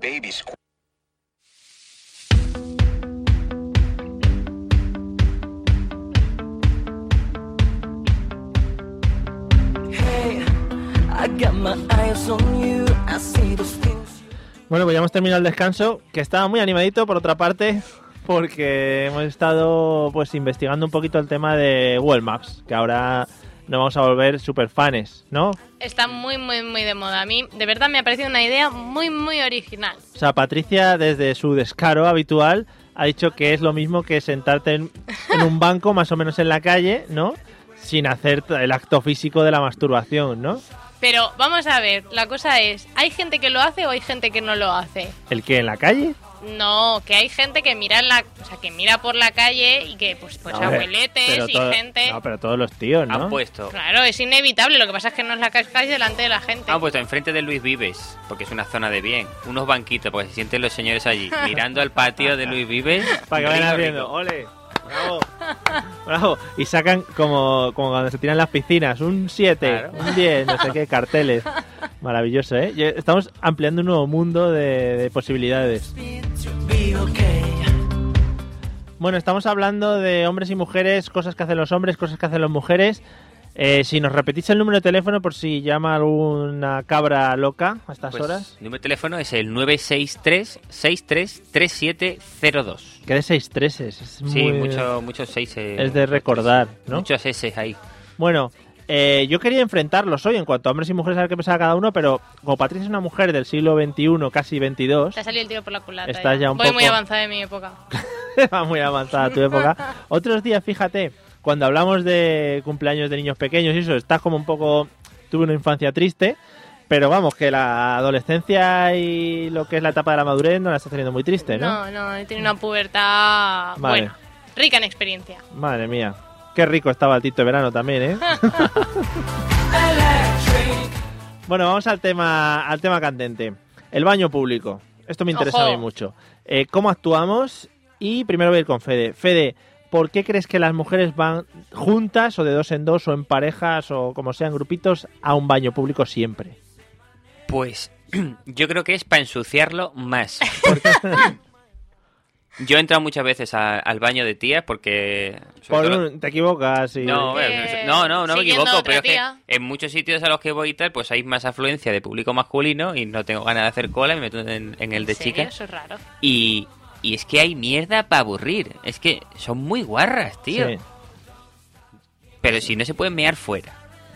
Baby squirrel.
Bueno, pues ya hemos terminado el descanso, que estaba muy animadito por otra parte, porque hemos estado pues investigando un poquito el tema de Google Maps, que ahora nos vamos a volver super fans, ¿no? O
Está muy, muy, muy de moda. A mí, de verdad, me ha parecido una idea muy, muy original.
sea, Patricia, desde su descaro habitual, ha dicho que es lo mismo que sentarte en, en un banco, más o menos en la calle, ¿no? Sin hacer el acto físico de la masturbación, ¿no?
Pero vamos a ver, la cosa es, ¿hay gente que lo hace o hay gente que no lo hace?
¿El qué? ¿En la calle?
No, que hay gente que mira en la, o sea, que mira por la calle y que pues pues
No, hombre, Eh, pero
abueletes y
todo-
gente.
No, pero todos los tíos, ¿no?
Han puesto,
Claro, es inevitable, lo que pasa es que no es la cascáis delante de la gente.
Ah, pues,
han puesto enfrente de Luis Vives, porque es una zona de bien, unos banquitos, porque se sienten los señores allí, mirando al patio de Luis Vives.
Para que vayan
rico,
haciendo,
rico.
ole, bravo, bravo. Y sacan como, como cuando se tiran las piscinas, un 7,
Claro.
un 10, no sé qué, carteles. Maravilloso, ¿eh? Ya Estamos ampliando un nuevo mundo de, de posibilidades. Bueno, estamos hablando de hombres y mujeres, cosas que hacen los hombres, cosas que hacen las mujeres. Eh, si nos repetís el número de teléfono por si llama alguna cabra loca a estas
Pues,
horas,
El número de teléfono es el 963-633702.
que de 6 treses. Es
Sí,
muy-
mucho- muchos seis. eh,
Es de recordar, ¿no?
Muchos S ahí.
Bueno, eh, yo quería enfrentarlos hoy en cuanto a hombres y mujeres, a ver qué pensaba cada uno, pero como Patricia es una mujer del siglo XXI, casi
Te ha
22,
salido el tiro por la culata.
Estás ya un
Voy muy
poco-
avanzada en mi época.
va muy avanzada tu época. Otros días, fíjate, cuando hablamos de cumpleaños de niños pequeños y eso, estás como un poco... Tuve una infancia triste, pero vamos, que la adolescencia y lo que es la etapa de la madurez no la estás teniendo muy triste, ¿no?
No, no, he tenido una pubertad
Vale.
buena, rica en experiencia.
Madre mía, qué rico estaba el Tito de verano también, ¿eh? bueno, vamos al tema, al tema candente. El baño público. Esto me interesa
Ojo.
a mí mucho. Eh, ¿Cómo actuamos? Y primero voy a ir con Fede. Fede, ¿por qué crees que las mujeres van juntas o de dos en dos o en parejas o como sean grupitos a un baño público siempre?
Pues yo creo que es para ensuciarlo más. porque yo he entrado muchas veces a- al baño de tías porque...
Por
sobre todo-
un- te equivocas y...
No,
Porque
bueno, no, no, no me
siguiendo a
equivoco,
otra
pero es que
tía.
en muchos sitios a los que voy y tal, pues hay más afluencia de público masculino y no tengo ganas de hacer cola y me meto en, en el de
¿En serio?
chicas.
Eso es raro.
Y, y es que hay mierda para aburrir. Es que son muy guarras, tío.
Sí.
Pero si no se pueden mear fuera.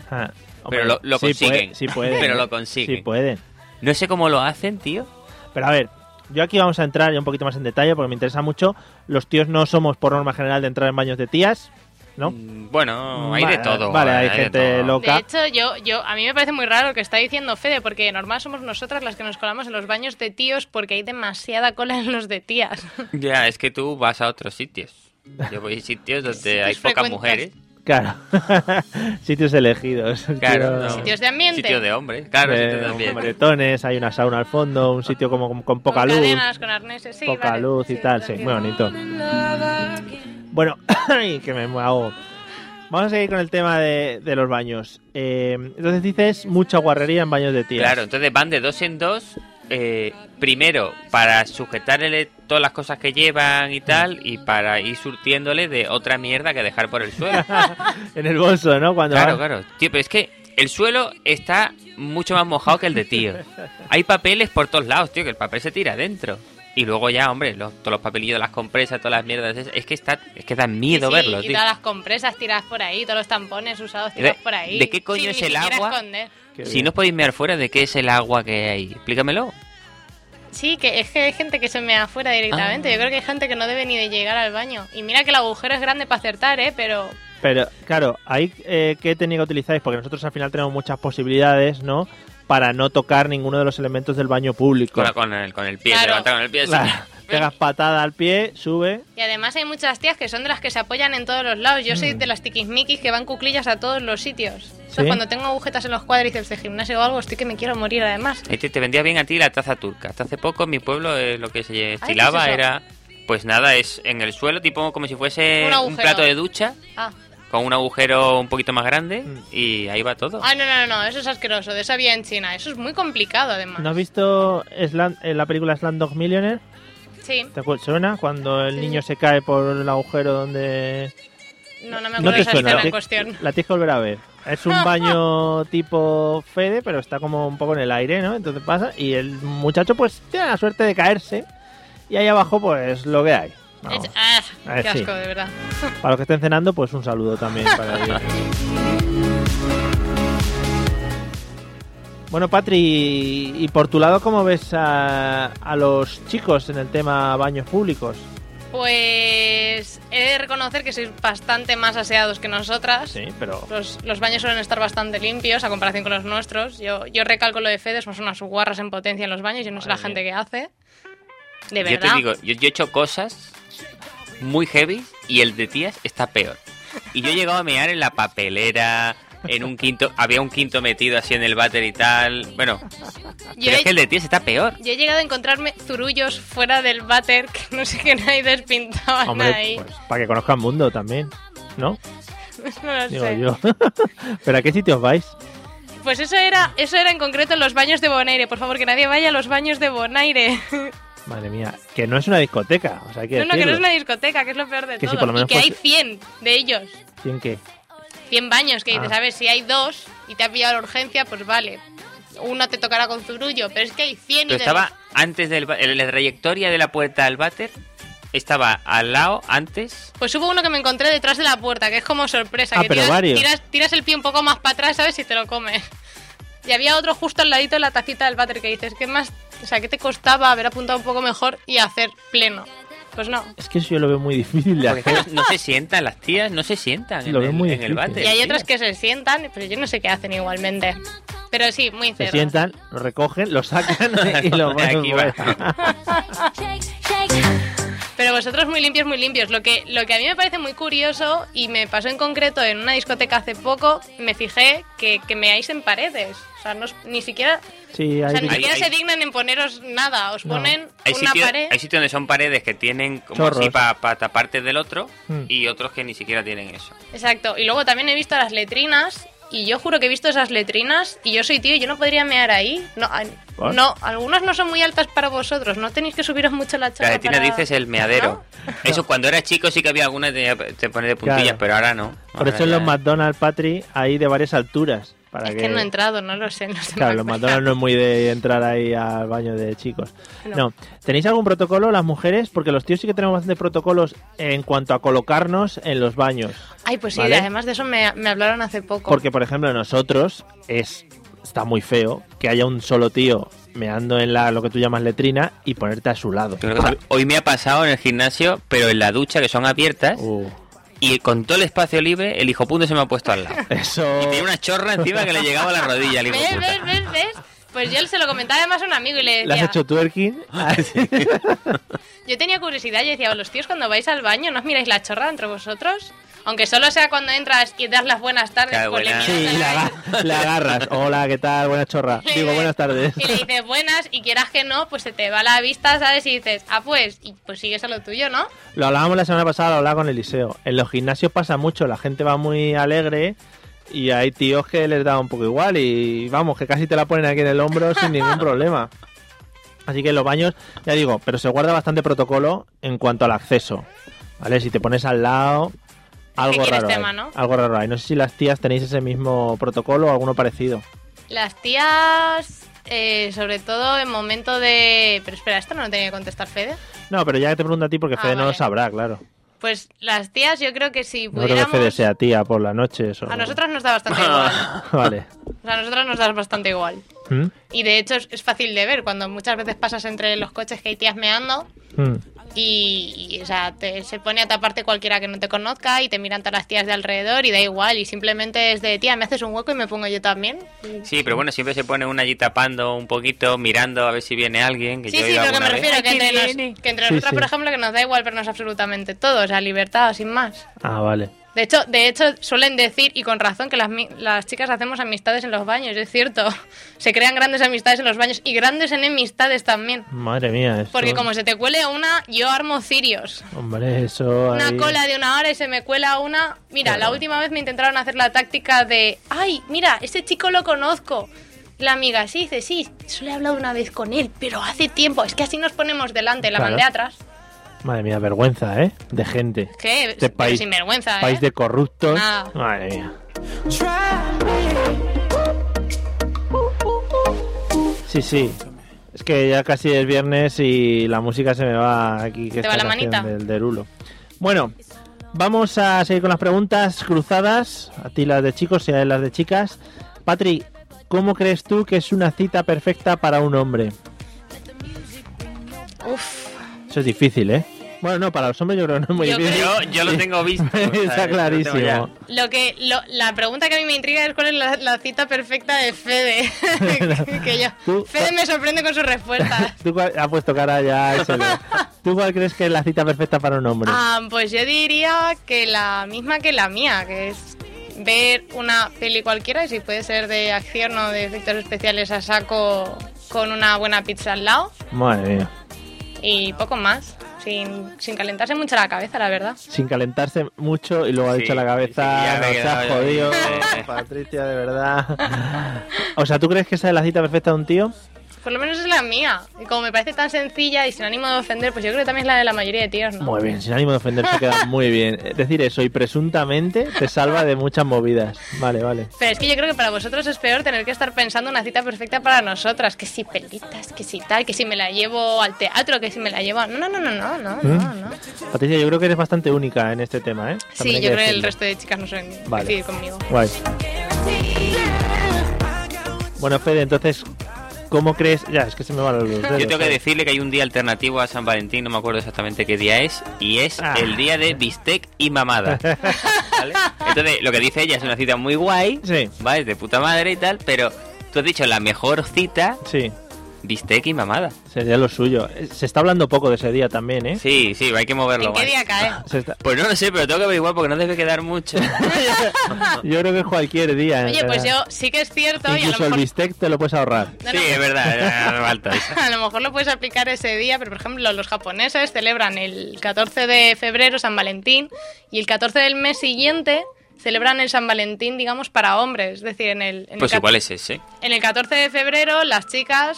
Ah,
Pero lo- lo
sí puede-
consiguen.
sí pueden.
Pero
¿eh?
lo consiguen.
Sí pueden.
No sé cómo lo hacen, tío.
Pero a ver, yo aquí vamos a entrar ya un poquito más en detalle porque me interesa mucho. Los tíos no somos por norma general de entrar en baños de tías. ¿no?
Mm. Bueno, hay
Vale,
de todo.
Vale, hay,
de
gente
todo.
loca.
De hecho, yo, yo, a mí me parece muy raro lo que está diciendo Fede, porque de normal somos nosotras las que nos colamos en los baños de tíos porque hay demasiada cola en los de tías.
Ya, es que tú vas a otros sitios. Yo voy a sitios donde hay
Sitios
pocas
frecuentes.
mujeres.
Claro. Sitios elegidos.
Claro,
Quiero-
no.
Sitios de ambiente.
Sitio de hombres, claro,
Eh,
sitio de ambiente.
moretones, hay una sauna al fondo, un sitio como con, con poca
con
luz.
cadenas, con arneses, sí,
poca
vale.
luz y tal, sí, muy bonito. Bueno, ay, que me hago. Vamos a seguir con el tema de, de los baños. Eh, entonces dices mucha guarrería en baños de tías.
Claro, entonces van de dos en dos. eh, primero, para sujetarle todas las cosas que llevan y tal, y para ir surtiéndole de otra mierda que dejar por el suelo.
En el bolso, ¿no? Cuando
Claro,
van-
claro. Tío, pero es que el suelo está mucho más mojado que el de tío. Hay papeles por todos lados, tío, que el papel se tira adentro. Y luego ya, hombre, los- todos los papelillos, las compresas, todas las mierdas. Es, es que está, es que da miedo
Sí,
verlo,
y
tío.
todas las compresas tiradas por ahí, todos los tampones usados tirados
¿De-
por ahí.
de qué coño
sin
es
ni
el
siquiera
agua?
esconder.
Qué
Si
bien.
no os podéis mirar fuera, ¿de qué es el agua que hay? Explícamelo.
Sí, que es que hay gente que se mea afuera directamente.
Ah.
Yo creo que hay gente que no debe ni de llegar al baño. Y mira que el agujero es grande para acertar, ¿eh? Pero
Pero claro, ahí eh, qué técnica utilizáis, porque nosotros al final tenemos muchas posibilidades, ¿no? Para no tocar ninguno de los elementos del baño público.
Con, la- con el, con el pie,
Claro.
levanta con el pie. así.
Claro, pegas patada al pie, sube.
Y además hay muchas tías que son de las que se apoyan en todos los lados. Yo soy de las tiquismiquis que van cuclillas a todos los sitios. Entonces,
Mm. ¿Sí?
cuando tengo agujetas en los cuádriceps de gimnasio o algo, estoy que me quiero morir además.
Este te vendía bien a ti la taza turca. Hasta hace poco en mi pueblo eh, lo que se
¿qué es
estilaba
eso?
era, pues nada, es en el suelo, tipo como si fuese
Un
un,
agujero.
plato de ducha
Ah,
con un agujero un poquito más grande
Mm.
y ahí va todo.
Ah, no, no, no, no, eso es asqueroso. De esa vía en China. Eso es muy complicado además.
¿No has visto Slan- eh, la película Slandog Millionaire?
Sí,
¿Te acuer- suena? Cuando el
Sí.
niño se cae por el agujero donde...
no, no me
No
acuerdo
te
de esa
suena.
escena
la
en
ti-
cuestión.
La tienes que volver a ver. Es un baño tipo Fede, pero está como un poco en el aire, ¿no? Entonces pasa y el muchacho pues tiene la suerte de caerse y ahí abajo pues lo que hay. Vamos.
Es- ah,
A ver,
qué
sí.
asco, de verdad.
Para los que estén cenando, pues un saludo también para ellos. Bueno, Patri, y por tu lado, ¿cómo ves a, a los chicos en el tema baños públicos?
Pues he de reconocer que sois bastante más aseados que nosotras.
Sí, pero
Los, los baños suelen estar bastante limpios a comparación con los nuestros. Yo, yo recalco lo de Fede, somos unas guarras en potencia en los baños, yo no sé la
Madre
gente que hace. De
yo
verdad.
te digo, yo, yo he hecho cosas muy heavy y el de tías está peor. Y yo he llegado a mear en la papelera, en un quinto, había un quinto metido así en el váter y tal. Bueno,
yo,
pero es
he,
que el de tías está peor.
yo he llegado a encontrarme zurullos fuera del váter que no sé qué nadie despintaban ahí.
Hombre, pues, para que conozcan mundo también, ¿no?
No lo
Digo
sé.
yo. ¿Pero a qué sitios vais?
Pues eso era, eso era en concreto en los baños de Bonaire. Por favor, que nadie vaya a los baños de Bonaire.
Madre mía, que no es una discoteca, o sea, hay que
No, no, que no
decirlo.
es una discoteca, que es lo peor de
Que si
todo.
por lo menos
y que hay
fuese-
100 de ellos.
¿Quién qué?
100 baños que dices,
Ah.
a ver, si hay dos y te ha pillado la urgencia, pues vale. Uno te tocará con zurullo, pero es que hay 100 y
Pero
de
estaba antes del ba- en la trayectoria de la puerta al váter, estaba al lado antes.
Pues hubo uno que me encontré detrás de la puerta, que es como sorpresa.
Ah,
que
pero
tiras,
varios.
Tiras, tiras el pie un poco más para atrás, ¿sabes? Si te lo comes. Y había otro justo al ladito de la tacita del váter que dices, ¿qué más? O sea, ¿qué te costaba haber apuntado un poco mejor y hacer pleno? Pues no.
Es que eso yo lo veo muy difícil de
Porque es que
hacer.
no, no se sientan las tías, no se sientan
Lo
en,
veo
el,
muy
en el
difícil.
váter.
Y hay
tío.
otras que se sientan, pero yo no sé qué hacen igualmente. Pero sí, muy
Se
cerdo.
sientan, lo recogen, lo sacan y lo van
Aquí va.
Pero vosotros muy limpios, muy limpios. Lo que, lo que a mí me parece muy curioso, y me pasó en concreto en una discoteca hace poco, me fijé que, que meáis en paredes. O sea, no os- ni siquiera,
Sí,
o
hay
sea, ni
Hay-
siquiera
hay-
se dignan en poneros nada. Os
No.
ponen
Hay
una
sitios
pared.
hay sitios donde son paredes que tienen como
Chorros.
así para taparte del otro
Mm.
y otros que ni siquiera tienen eso.
Exacto. Y luego también he visto las letrinas. Y yo juro que he visto esas letrinas. Y yo soy tío y yo no podría mear ahí. No, a-
¿What?
no algunas no son muy altas para vosotros. No tenéis que subiros mucho la
La
charla.
letina
para-
dices el meadero. Eso cuando era chico sí que había alguna que te, te pone de puntillas,
Claro.
pero ahora no.
Por
Ahora
eso en
ya-
los McDonald's, Patri, hay de varias alturas. Para
Es que no he entrado, no lo sé. No sé
Claro, los McDonald's no es muy de entrar ahí al baño de chicos. No.
No.
¿Tenéis algún protocolo las mujeres? Porque los tíos sí que tenemos bastante protocolos en cuanto a colocarnos en los baños.
Ay, pues sí,
¿Vale?
además de eso me, me hablaron hace poco.
Porque, por ejemplo, nosotros es está muy feo que haya un solo tío meando en la lo que tú llamas letrina y ponerte a su lado.
Yo creo que- hoy me ha pasado en el gimnasio, pero en la ducha que son abiertas,
Uh,
Y con todo el espacio libre, el hijo punto se me ha puesto al lado.
Eso.
Y tenía una chorra encima que le llegaba a la rodilla al hijo
¿Ves,
puta.
ves, ves, ves? Pues yo se lo comentaba además a un amigo y le
¿Le has
decía...
hecho twerking?
Yo tenía curiosidad y decía, los tíos cuando vais al baño, ¿no os miráis la chorra entre vosotros? Aunque solo sea cuando entras y das las buenas tardes.
Claro,
pues le
buenas.
Sí,
miras
y
a
la,
la-
aga- la agarras. Hola, ¿qué tal? Buena chorra. Digo, buenas tardes.
¿eh? Y le dices buenas y quieras que no, pues se te va la vista, ¿sabes? Y dices, ah, pues, y pues sigues a lo tuyo, ¿no?
Lo hablábamos la semana pasada, lo hablaba con Eliseo. En los gimnasios pasa mucho, la gente va muy alegre y hay tíos que les da un poco igual y vamos, que casi te la ponen aquí en el hombro sin ningún problema. Así que en los baños, ya digo, pero se guarda bastante protocolo en cuanto al acceso. ¿Vale? Si te pones al lado, algo
quieres
raro.
tema,
hay,
¿no?
Algo raro hay. No sé si las tías tenéis ese mismo protocolo o alguno parecido.
Las tías, eh, sobre todo en momento de... Pero espera, esto no lo tenía que contestar Fede.
No, pero ya te pregunto a ti porque
Ah,
Fede no lo
vale.
sabrá, claro.
Pues las tías yo creo que si
No creo que Fede
pudiéramos...
sea tía por la noche. Eso.
a nosotras nos da bastante igual.
Vale.
O sea, a nosotras nos da bastante igual.
¿Mm?
Y de hecho es, es fácil de ver cuando muchas veces pasas entre los coches que hay tías meando
¿Mm?
y, y, o sea, te- se pone a taparte cualquiera que no te conozca y te miran todas las tías de alrededor y da igual y simplemente es de tía, me haces un hueco y me pongo yo también.
Sí, pero bueno, siempre se pone una allí tapando un poquito, mirando a ver si viene alguien. Que
sí,
yo he
sí,
ido
lo que
alguna
me
vez.
refiero, que
Ay,
entre,
que viene.
nos- que entre
Sí,
nosotras,
sí.
por ejemplo, que nos da igual vernos absolutamente todo, o sea, libertad, sin más.
Ah, vale.
De hecho, de hecho, suelen decir, y con razón, que las, mi- las chicas hacemos amistades en los baños, es cierto. Se crean grandes amistades en los baños y grandes enemistades también.
Madre mía, eso.
Porque como se te cuele una, yo armo cirios.
Hombre, eso.
Una
ahí-
cola de una hora y se me cuela una. Mira,
Claro.
la última vez me intentaron hacer la táctica de, ay, mira, este chico lo conozco. La amiga, sí, dice, sí, solo he hablado una vez con él, pero hace tiempo. Es que así nos ponemos delante, la
Claro.
mandé atrás.
Madre mía, vergüenza, ¿eh? De gente.
Que,
Este país.
sin vergüenza, ¿eh?
País de corruptos.
Nada.
Madre mía. Sí, sí. Es que ya casi es viernes y la música se me va aquí. Que
Te va
esta
la
canción
manita.
Del derulo. Bueno, vamos a seguir con las preguntas cruzadas. A ti las de chicos y a él las de chicas. Patri, ¿cómo crees tú que es una cita perfecta para un hombre?
Uf,
Eso es difícil, ¿eh? Bueno, no, para los hombres yo creo que no es muy
Yo
difícil.
Yo, yo lo tengo visto. o sea, yo lo
Está
tengo ya.
clarísimo.
lo que, lo- la pregunta que a mí me intriga es cuál es la, la cita perfecta de Fede. que
Tú-
yo, Fede me sorprende con sus respuestas.
Tú cuál- ha puesto cara ya. eso ya. ¿Tú cuál crees que es la cita perfecta para un hombre?
Ah, pues yo diría que la misma que la mía, que es ver una peli cualquiera, y si puede ser de acción o de efectos especiales a saco con una buena pizza al lado
Madre mía.
y poco más, sin, sin calentarse mucho la cabeza, la verdad.
Sin calentarse mucho y luego ha
Sí,
dicho la
sí,
cabeza,
ya me he
nos
quedado
has
yo
jodido.
ahí, eh.
Patricia, de verdad. O sea, ¿tú crees que esa es la cita perfecta de un tío?
Por lo menos es la mía, y como me parece tan sencilla y sin ánimo de ofender, pues yo creo que también es la de la mayoría de tíos, ¿no?
Muy bien, sin ánimo de ofender, se queda muy bien. Eh, Decir eso y presuntamente te salva de muchas movidas. Vale, vale.
Pero es que yo creo que para vosotros es peor tener que estar pensando una cita perfecta para nosotras. Que si pelitas, que si tal, que si me la llevo al teatro, que si me la llevo... a- No, no, no, no, no, no,
¿Eh?
no. no.
Patricia, yo creo que eres bastante única en este tema, ¿eh? También
Sí,
hay
yo
que
creo que el
decirlo.
resto de chicas no suelen
Vale.
coincidir conmigo.
Guay. Bueno, Fede, entonces, ¿cómo crees? Ya, es que se me van los dedos.
Yo tengo que
¿eh?
decirle que hay un día alternativo a San Valentín, no me acuerdo exactamente qué día es, y es
Ah.
el día de bistec y mamada. ¿Vale? Entonces, lo que dice ella es una cita muy guay,
Sí.
¿vale? De puta madre y tal, pero tú has dicho la mejor cita,
Sí,
bistec y mamada.
sería lo suyo. Eh, Se está hablando poco de ese día también, ¿eh?
Sí, sí, hay que moverlo.
¿En qué
guay.
día cae?
Se está-
Pues no lo sé, pero tengo que averiguar porque no debe quedar mucho.
Yo creo que es cualquier día. en
Oye, pues
verdad.
yo sí que es cierto y a lo
Incluso el
mejor...
bistec te lo puedes ahorrar.
No,
sí,
no.
es verdad, ya no falta eso.
A lo mejor lo puedes aplicar ese día, pero por ejemplo los japoneses celebran el 14 de febrero San Valentín y el 14 del mes siguiente celebran el San Valentín, digamos, para hombres. Es decir, en el, en el
Pues
cat-
igual es ese.
en el 14 de febrero las chicas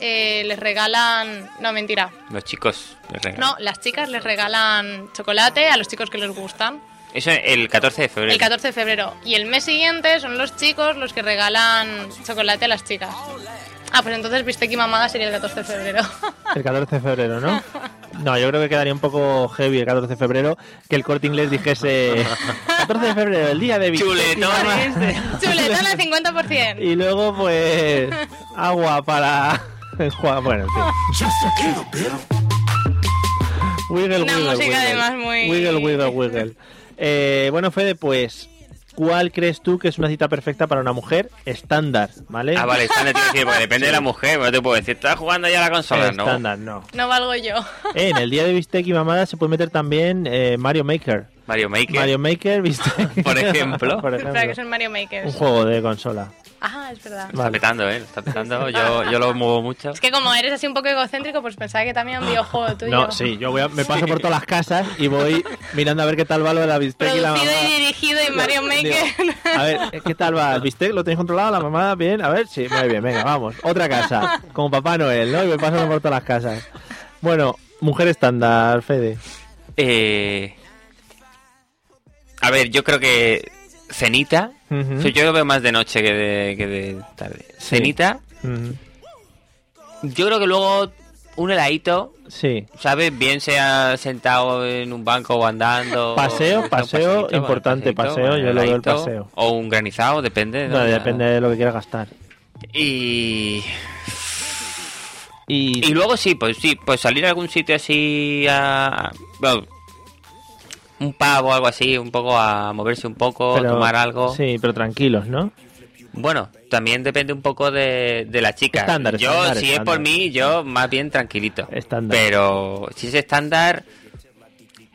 eh, les regalan... No, mentira.
Los chicos. les regalan.
No, las chicas les regalan chocolate a los chicos que les gustan.
Eso es el 14 de febrero.
El 14 de febrero. Y el mes siguiente son los chicos los que regalan chocolate a las chicas. Ah, pues entonces bistec y mamada sería el 14 de febrero.
El 14 de febrero, ¿no? No, yo creo que quedaría un poco heavy el 14 de febrero que el corte inglés dijese 14 de febrero, el día de bistec.
Chuletones de-
Chuletón al 50%.
Y luego, pues, agua para enjuagar. Bueno, en fin. Wiggle,
Una
wiggle,
música
wiggle.
además muy-
Wiggle, wiggle, wiggle. Eh, bueno, Fede, pues, ¿cuál crees tú que es una cita perfecta para una mujer estándar? ¿Vale?
Ah, vale, estándar, tío, sí, porque depende de la mujer, no te puedo decir, estás jugando ya a la consola, ¿no?
Estándar, no.
No valgo yo.
Eh, en el día de Bistec y Mamada se puede meter también eh, Mario Maker.
Mario Maker,
Mario Maker, Bistec.
por ejemplo.
Por ejemplo.
Espera, que son Mario
Un
Makers.
juego de consola.
Ajá, es verdad.
Está petando, ¿eh? Está petando, yo, yo lo muevo mucho.
Es que como eres así un poco egocéntrico, pues pensaba que también un videojuego tuyo.
No, sí, yo voy a- me paso por todas las casas y voy mirando a ver qué tal va lo de la bistec y la
Producido
mamada.
y dirigido y Mario Maker.
A ver, ¿qué tal va? ¿El bistec lo tenéis controlado? ¿La mamada? ¿Bien? A ver, sí, muy bien, venga, vamos. Otra casa, como Papá Noel, ¿no? Y me paso por todas las casas. Bueno, mujer estándar, Fede.
Eh, a ver, yo creo que cenita.
Ujú.
O sea, yo lo veo más de noche que de, que de tarde.
Sí.
Cenita.
Mm,
Yo creo que luego un heladito,
Sí.
¿sabes? Bien sea sentado en un banco o andando.
Paseo,
o un
paseo,
vale,
importante, paseo,
vale,
yo le doy el
heladito,
paseo.
O un granizado, depende.
No,
¿no?
depende de lo que quieras gastar.
Y...
Y,
y luego sí, pues sí, pues salir a algún sitio así a... bueno, un pavo o algo así, un poco a moverse un poco,
pero-
tomar algo.
Sí, pero tranquilos, ¿no?
Bueno, también depende un poco de, de la chica.
Estándar,
yo,
estándar,
si
estándar.
es por mí, yo más bien tranquilito.
Estándar.
Pero si es estándar,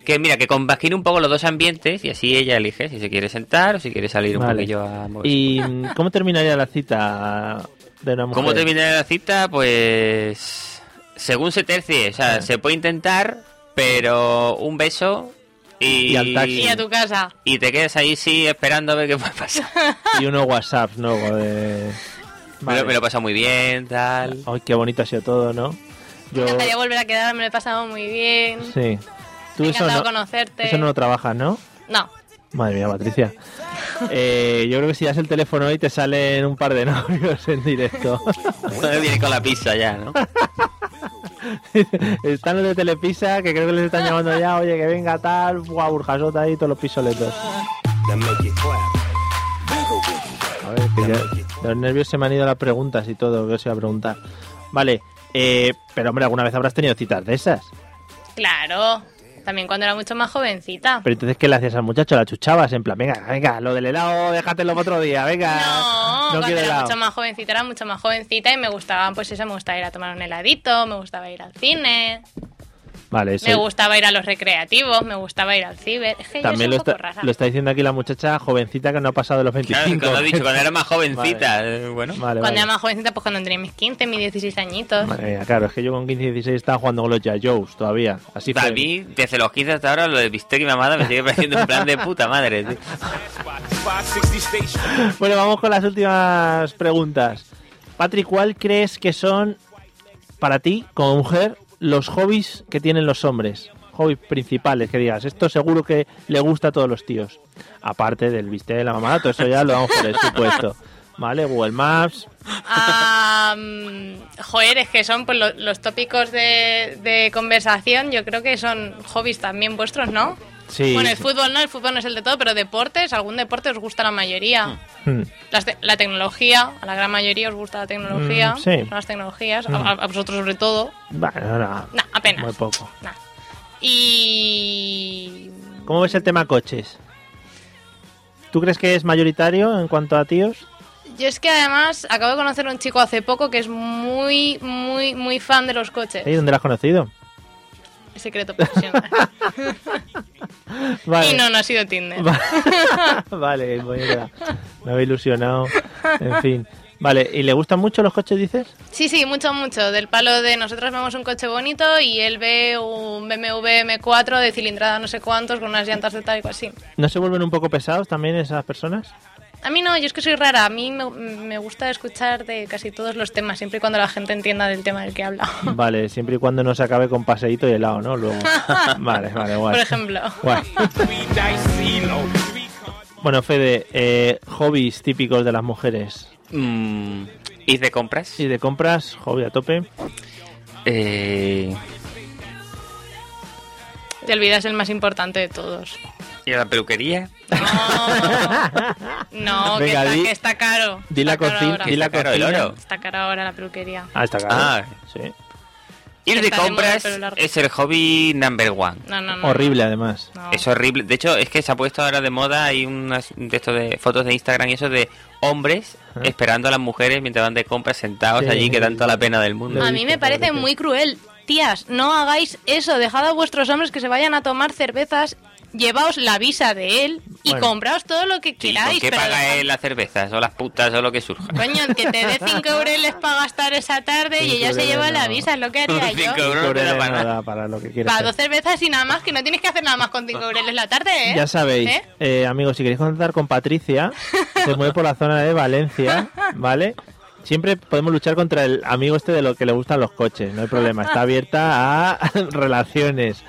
que mira, que compagine un poco los dos ambientes y así ella elige si se quiere sentar o si quiere salir un
Vale.
poquillo a moverse. pues.
¿Y mm, cómo terminaría la cita de una mujer?
¿Cómo termina la cita? Pues. Según se tercie, o sea, se puede intentar, pero un beso y.
Y al taxi.
Y a tu casa.
y te quedas ahí, sí, esperando a ver qué va a pasar.
Y unos WhatsApps luego de...
Me
Vale.
lo- Me lo he pasado muy bien, tal.
Ay, qué bonito ha sido todo, ¿no? Yo...
Me encantaría volver a quedar, me lo he pasado muy bien.
Sí. Tú
Me ha
eso
encantado
no,
conocerte.
eso no lo trabajas, ¿no?
No.
Madre mía, Patricia. Eh, yo creo que si das el teléfono hoy te salen un par de novios en directo.
Uno viene con la pizza ya, ¿no?
están los de Telepisa que creo que les están llamando ya, oye, que venga tal, guau, Burjasota ahí, todos los pisoletos. A ver, que ya- los nervios se me han ido las preguntas y todo, que os iba a preguntar. Vale, eh, pero hombre, alguna vez habrás tenido citas de esas.
Claro. También cuando era mucho más jovencita.
Pero entonces, ¿qué le hacías al muchacho? La chuchabas, en plan, venga, venga, lo del helado, déjatelo para otro día, venga.
No, cuando
quiero
era
helado.
mucho más jovencita, era mucho más jovencita y me gustaba, pues eso, me gustaba ir a tomar un heladito, me gustaba ir al cine,
Vale, eso.
me gustaba ir a los recreativos, me gustaba ir al ciber. Es que
También lo
yo soy un poco
está,
rara.
lo está diciendo aquí la muchacha jovencita que no ha pasado de los 25.
Claro, cuando he dicho, cuando era más jovencita. eh, Bueno,
Vale,
Cuando
vale.
era más jovencita, pues cuando tenía mis 15, mis 16 añitos.
Madre mía, claro, es que yo con 15 y 16 estaba jugando con los Yayos todavía. Así fue.
a mí, desde los 15 hasta ahora, lo de bistec y mamada me sigue pareciendo un plan de puta madre. tío.
Bueno, vamos con las últimas preguntas. Patrick, ¿cuál crees que son para ti, como mujer, los hobbies que tienen los hombres? Hobbies principales, que digas, esto seguro que le gusta a todos los tíos. Aparte del viste de la mamada, todo eso ya lo damos por el supuesto. ¿Vale? Google Maps.
Ah, mm, joder, es que son pues, lo- los tópicos de, de conversación, yo creo que son hobbies también vuestros, ¿no?
Sí.
Bueno, el fútbol no, el fútbol no es el de todo, pero deportes, algún deporte os gusta la mayoría.
Hmm.
Las te- la tecnología, a la gran mayoría os gusta la tecnología,
Mm, sí. Mm.
las tecnologías, a- a, a vosotros sobre todo.
Bueno, no.
No, apenas.
Muy poco.
Nah. Y...
¿Cómo ves el tema coches? ¿Tú crees que es mayoritario en cuanto a tíos?
Yo es que además acabo de conocer a un chico hace poco que es muy, muy, muy fan de los coches.
¿Eh? ¿Dónde lo has conocido?
Secreto profesional.
Vale.
Y no, no ha sido Tinder.
Va- vale, mierda. Me había ilusionado. En fin. Vale, ¿y le gustan mucho los coches, dices?
Sí, sí, mucho, mucho. Del palo de nosotros vemos un coche bonito y él ve un BMW M4 de cilindrada no sé cuántos con unas llantas de tal y cual así.
¿No se vuelven un poco pesados también esas personas?
A mí no, yo es que soy rara. A mí me, me gusta escuchar de casi todos los temas, siempre y cuando la gente entienda del tema del que habla.
Vale, siempre y cuando no se acabe con paseíto y helado, ¿no? Luego. Vale, vale, guay.
Por ejemplo.
Guay. Bueno, Fede, eh, hobbies típicos de las mujeres.
Mm, ¿Y de compras?
Y de compras, hobby a tope.
Eh,
Te olvidas el más importante de todos.
¿Y a la peluquería?
No,
Venga,
no que, está,
di-
que está caro.
Di la
Está caro
cocina.
ahora.
Di la
Está caro el
cocina.
oro.
Está caro ahora la peluquería.
Ah, está claro.
Ah.
Sí.
Ir de
está moda el
compras
pelo largo.
es el hobby number one.
No, no, no.
Horrible, además.
No.
Es horrible. De hecho, es que se ha puesto ahora de moda. Hay unas de esto de fotos de Instagram y eso de hombres esperando a las mujeres mientras van de compras sentados
Sí.
allí que dan toda la pena del mundo.
Lo
A
he
mí
visto,
me parece
pobrecito.
muy cruel. Tías, no hagáis eso. Dejad a vuestros hombres que se vayan a tomar cervezas. Llevaos la visa de él y
Bueno.
compraos todo lo que
Sí, ¿Por
queráis.
qué
pero
paga
dejad-
él las cervezas o las putas o lo que surja?
Coño, que te dé 5 euros para gastar esa tarde y
Cinco
ella se
eureles
lleva la
no.
visa, es lo que haría
Cinco
yo.
euros no te da
Correa
para
no
nada.
da para lo que quieres
Para
hacer.
dos cervezas y nada más, que no tienes que hacer nada más con 5 euros la tarde, ¿eh?
Ya sabéis,
¿Eh?
eh, amigos, si queréis contactar con Patricia, se mueve por la zona de Valencia, ¿vale? Siempre podemos luchar contra el amigo este de lo que le gustan los coches, no hay problema, está abierta a relaciones.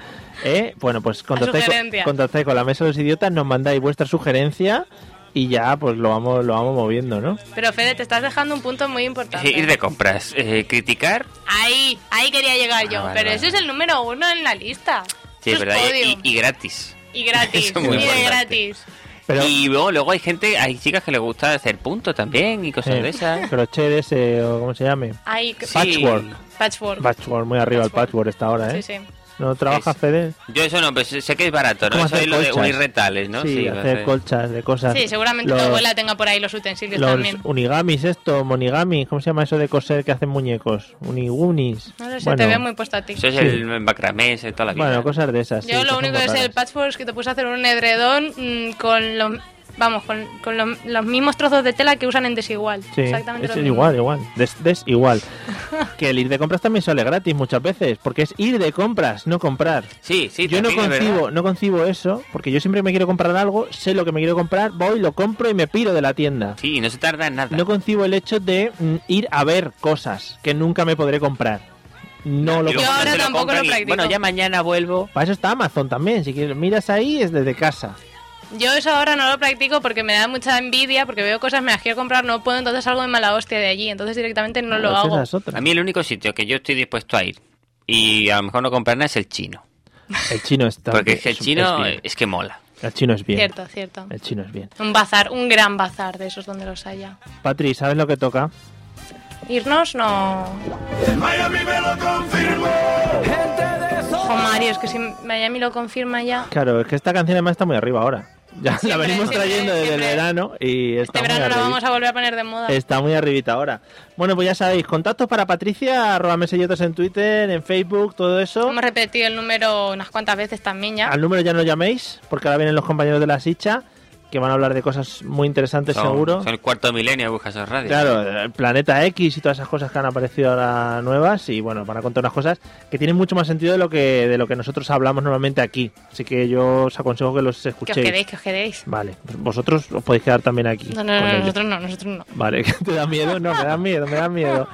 ¿eh? Bueno, pues contactáis con,
sugerencias.
contactáis con la mesa de los idiotas, nos mandáis vuestra sugerencia y ya pues lo vamos, lo vamos moviendo, ¿no?
Pero Fede, te estás dejando un punto muy
Sí,
importante.
Ir de compras, eh, criticar,
Ahí, ahí quería llegar yo.
Ah, vale,
pero
vale,
ese es
vale.
el número uno en la lista. Eso
sí, es
es
verdad, y,
podium.
y- y gratis.
Y gratis,
Eso
y
es muy
de
importante.
gratis.
Pero
Y luego, luego hay gente, hay chicas que les gusta hacer puntos también y cosas
eh,
de esas.
crochet de ese, o cómo se llame,
Ay, qué-
Sí.
patchwork,
Patchwork.
patchwork, muy arriba el
Patchwork.
patchwork está ahora, ¿eh?
Sí, sí.
¿No trabaja
Es-
Fede?
Yo eso no, pero sé sé que es barato, ¿no?
¿Cómo
Eso
hacer
es lo de
colchas?
unir retales, ¿no?
Sí, hacer
hacer-
colchas de cosas.
Sí, seguramente
Los-
tu abuela tenga por ahí los utensilios
Los
también.
unigamis, esto, monigami, ¿cómo se llama eso de coser que hacen muñecos? Unigunis.
No lo sé,
bueno,
te veo muy puesta a ti.
Eso es
Sí.
el macramé, ese de toda la vida.
bueno, cosas de esas. sí,
Yo
cosas
lo único que
muy
sé del
raras.
patchwork es que te puse a hacer un edredón mm, con los... Vamos, con, con los, los mismos trozos de tela que usan en desigual.
Sí,
Exactamente
es
lo mismo.
igual, igual. Des, des- igual. que el ir de compras también sale gratis muchas veces, porque es ir de compras, no comprar.
Sí, sí,
yo no
también es verdad.
concibo, no concibo eso, porque yo siempre me quiero comprar algo, sé lo que me quiero comprar, voy, lo compro y me piro de la tienda.
Sí, no se tarda en nada.
No concibo el hecho de mm, ir a ver cosas que nunca me podré comprar. No lo
Y luego
Yo
compro.
ahora
se
tampoco
compran
lo
y,
practico.
Bueno, ya mañana vuelvo.
Para eso está Amazon también. Si quieres, miras ahí, es desde casa.
Yo eso ahora no lo practico porque me da mucha envidia, porque veo cosas, me las quiero comprar, no puedo, entonces salgo de mala hostia de allí, entonces directamente no lo
Pues
hago.
esa es otra.
A mí el único sitio que yo estoy dispuesto a ir y a lo mejor no comprar nada es el chino.
El chino está.
Porque es que el
es-
chino
es bien.
es que mola.
El chino es bien.
Cierto, cierto.
El chino es bien.
Un bazar, un gran bazar de esos donde los haya.
Patri, ¿sabes lo que toca?
Irnos no. Ojo, Mario, es que si Miami lo confirma ya.
Claro, es que esta canción además está muy arriba ahora. Ya la
Siempre,
venimos
siempre,
trayendo desde
siempre.
el verano y está
Este verano
muy
la
arribi-
vamos a volver a poner de moda.
Está muy arribita ahora. Bueno, pues ya sabéis, contactos para Patricia, arroba mesellotas en Twitter, en Facebook, todo eso.
Hemos repetido el número unas cuantas veces también ya.
Al número ya no llaméis, porque ahora vienen los compañeros de la Sicha, que van a hablar de cosas muy interesantes
Son-
seguro.
Son el cuarto milenio buscas esos radios.
Claro, el planeta X y todas esas cosas que han aparecido ahora nuevas y bueno, van a contar unas cosas que tienen mucho más sentido de lo que de lo que nosotros hablamos normalmente aquí. Así que yo os aconsejo que los
Que
escuchéis.
os quedéis, que os quedéis.
Vale, pues vosotros os podéis quedar también aquí.
No,
con
no, no,
ellos.
nosotros no, nosotros no.
Vale, que te da miedo, no, me da miedo, me da miedo.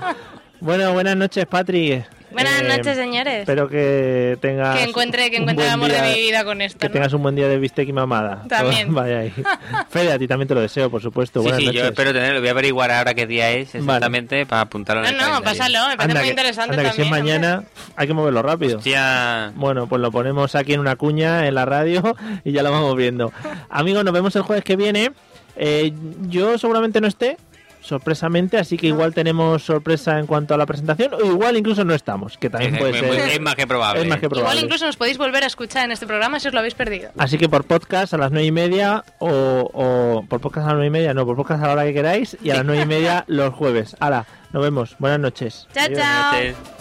Bueno, buenas noches, Patri.
Buenas
Eh,
noches, señores.
Espero que tengas
que encuentre, que
Ah, un
encuentre el
buen
amor
día-
de mi vida con esto.
Que
¿no?
tengas un buen día de bistec y mamada.
También.
Vaya ahí. Fede, a ti también te lo deseo, por supuesto.
Sí,
buenas
sí,
noches.
yo espero tenerlo. Voy a averiguar ahora qué día es
Vale.
exactamente para apuntarlo
No,
en el
no,
calendario.
pásalo, me parece muy
que-
interesante
anda que si es
también. hombre.
mañana, hay que moverlo rápido.
Hostia.
Bueno, pues lo ponemos aquí en una cuña en la radio y ya lo vamos viendo. Amigos, nos vemos el jueves que viene. Eh, yo seguramente no esté, sorpresamente, así que igual tenemos sorpresa en cuanto a la presentación, o igual incluso no estamos, que
Es,
también
es
puede
muy-
ser.
muy- Eh, es más que probable.
pues, eh, es más que probable.
Igual incluso nos podéis volver a escuchar en este programa si os lo habéis perdido.
Así que por podcast a las nueve y media o, o- por podcast a las nueve y media, no, por podcast a la hora que queráis y a las nueve y media los jueves. Hala, nos vemos. Buenas noches.
Chao,
Adiós.
chao.
Entonces,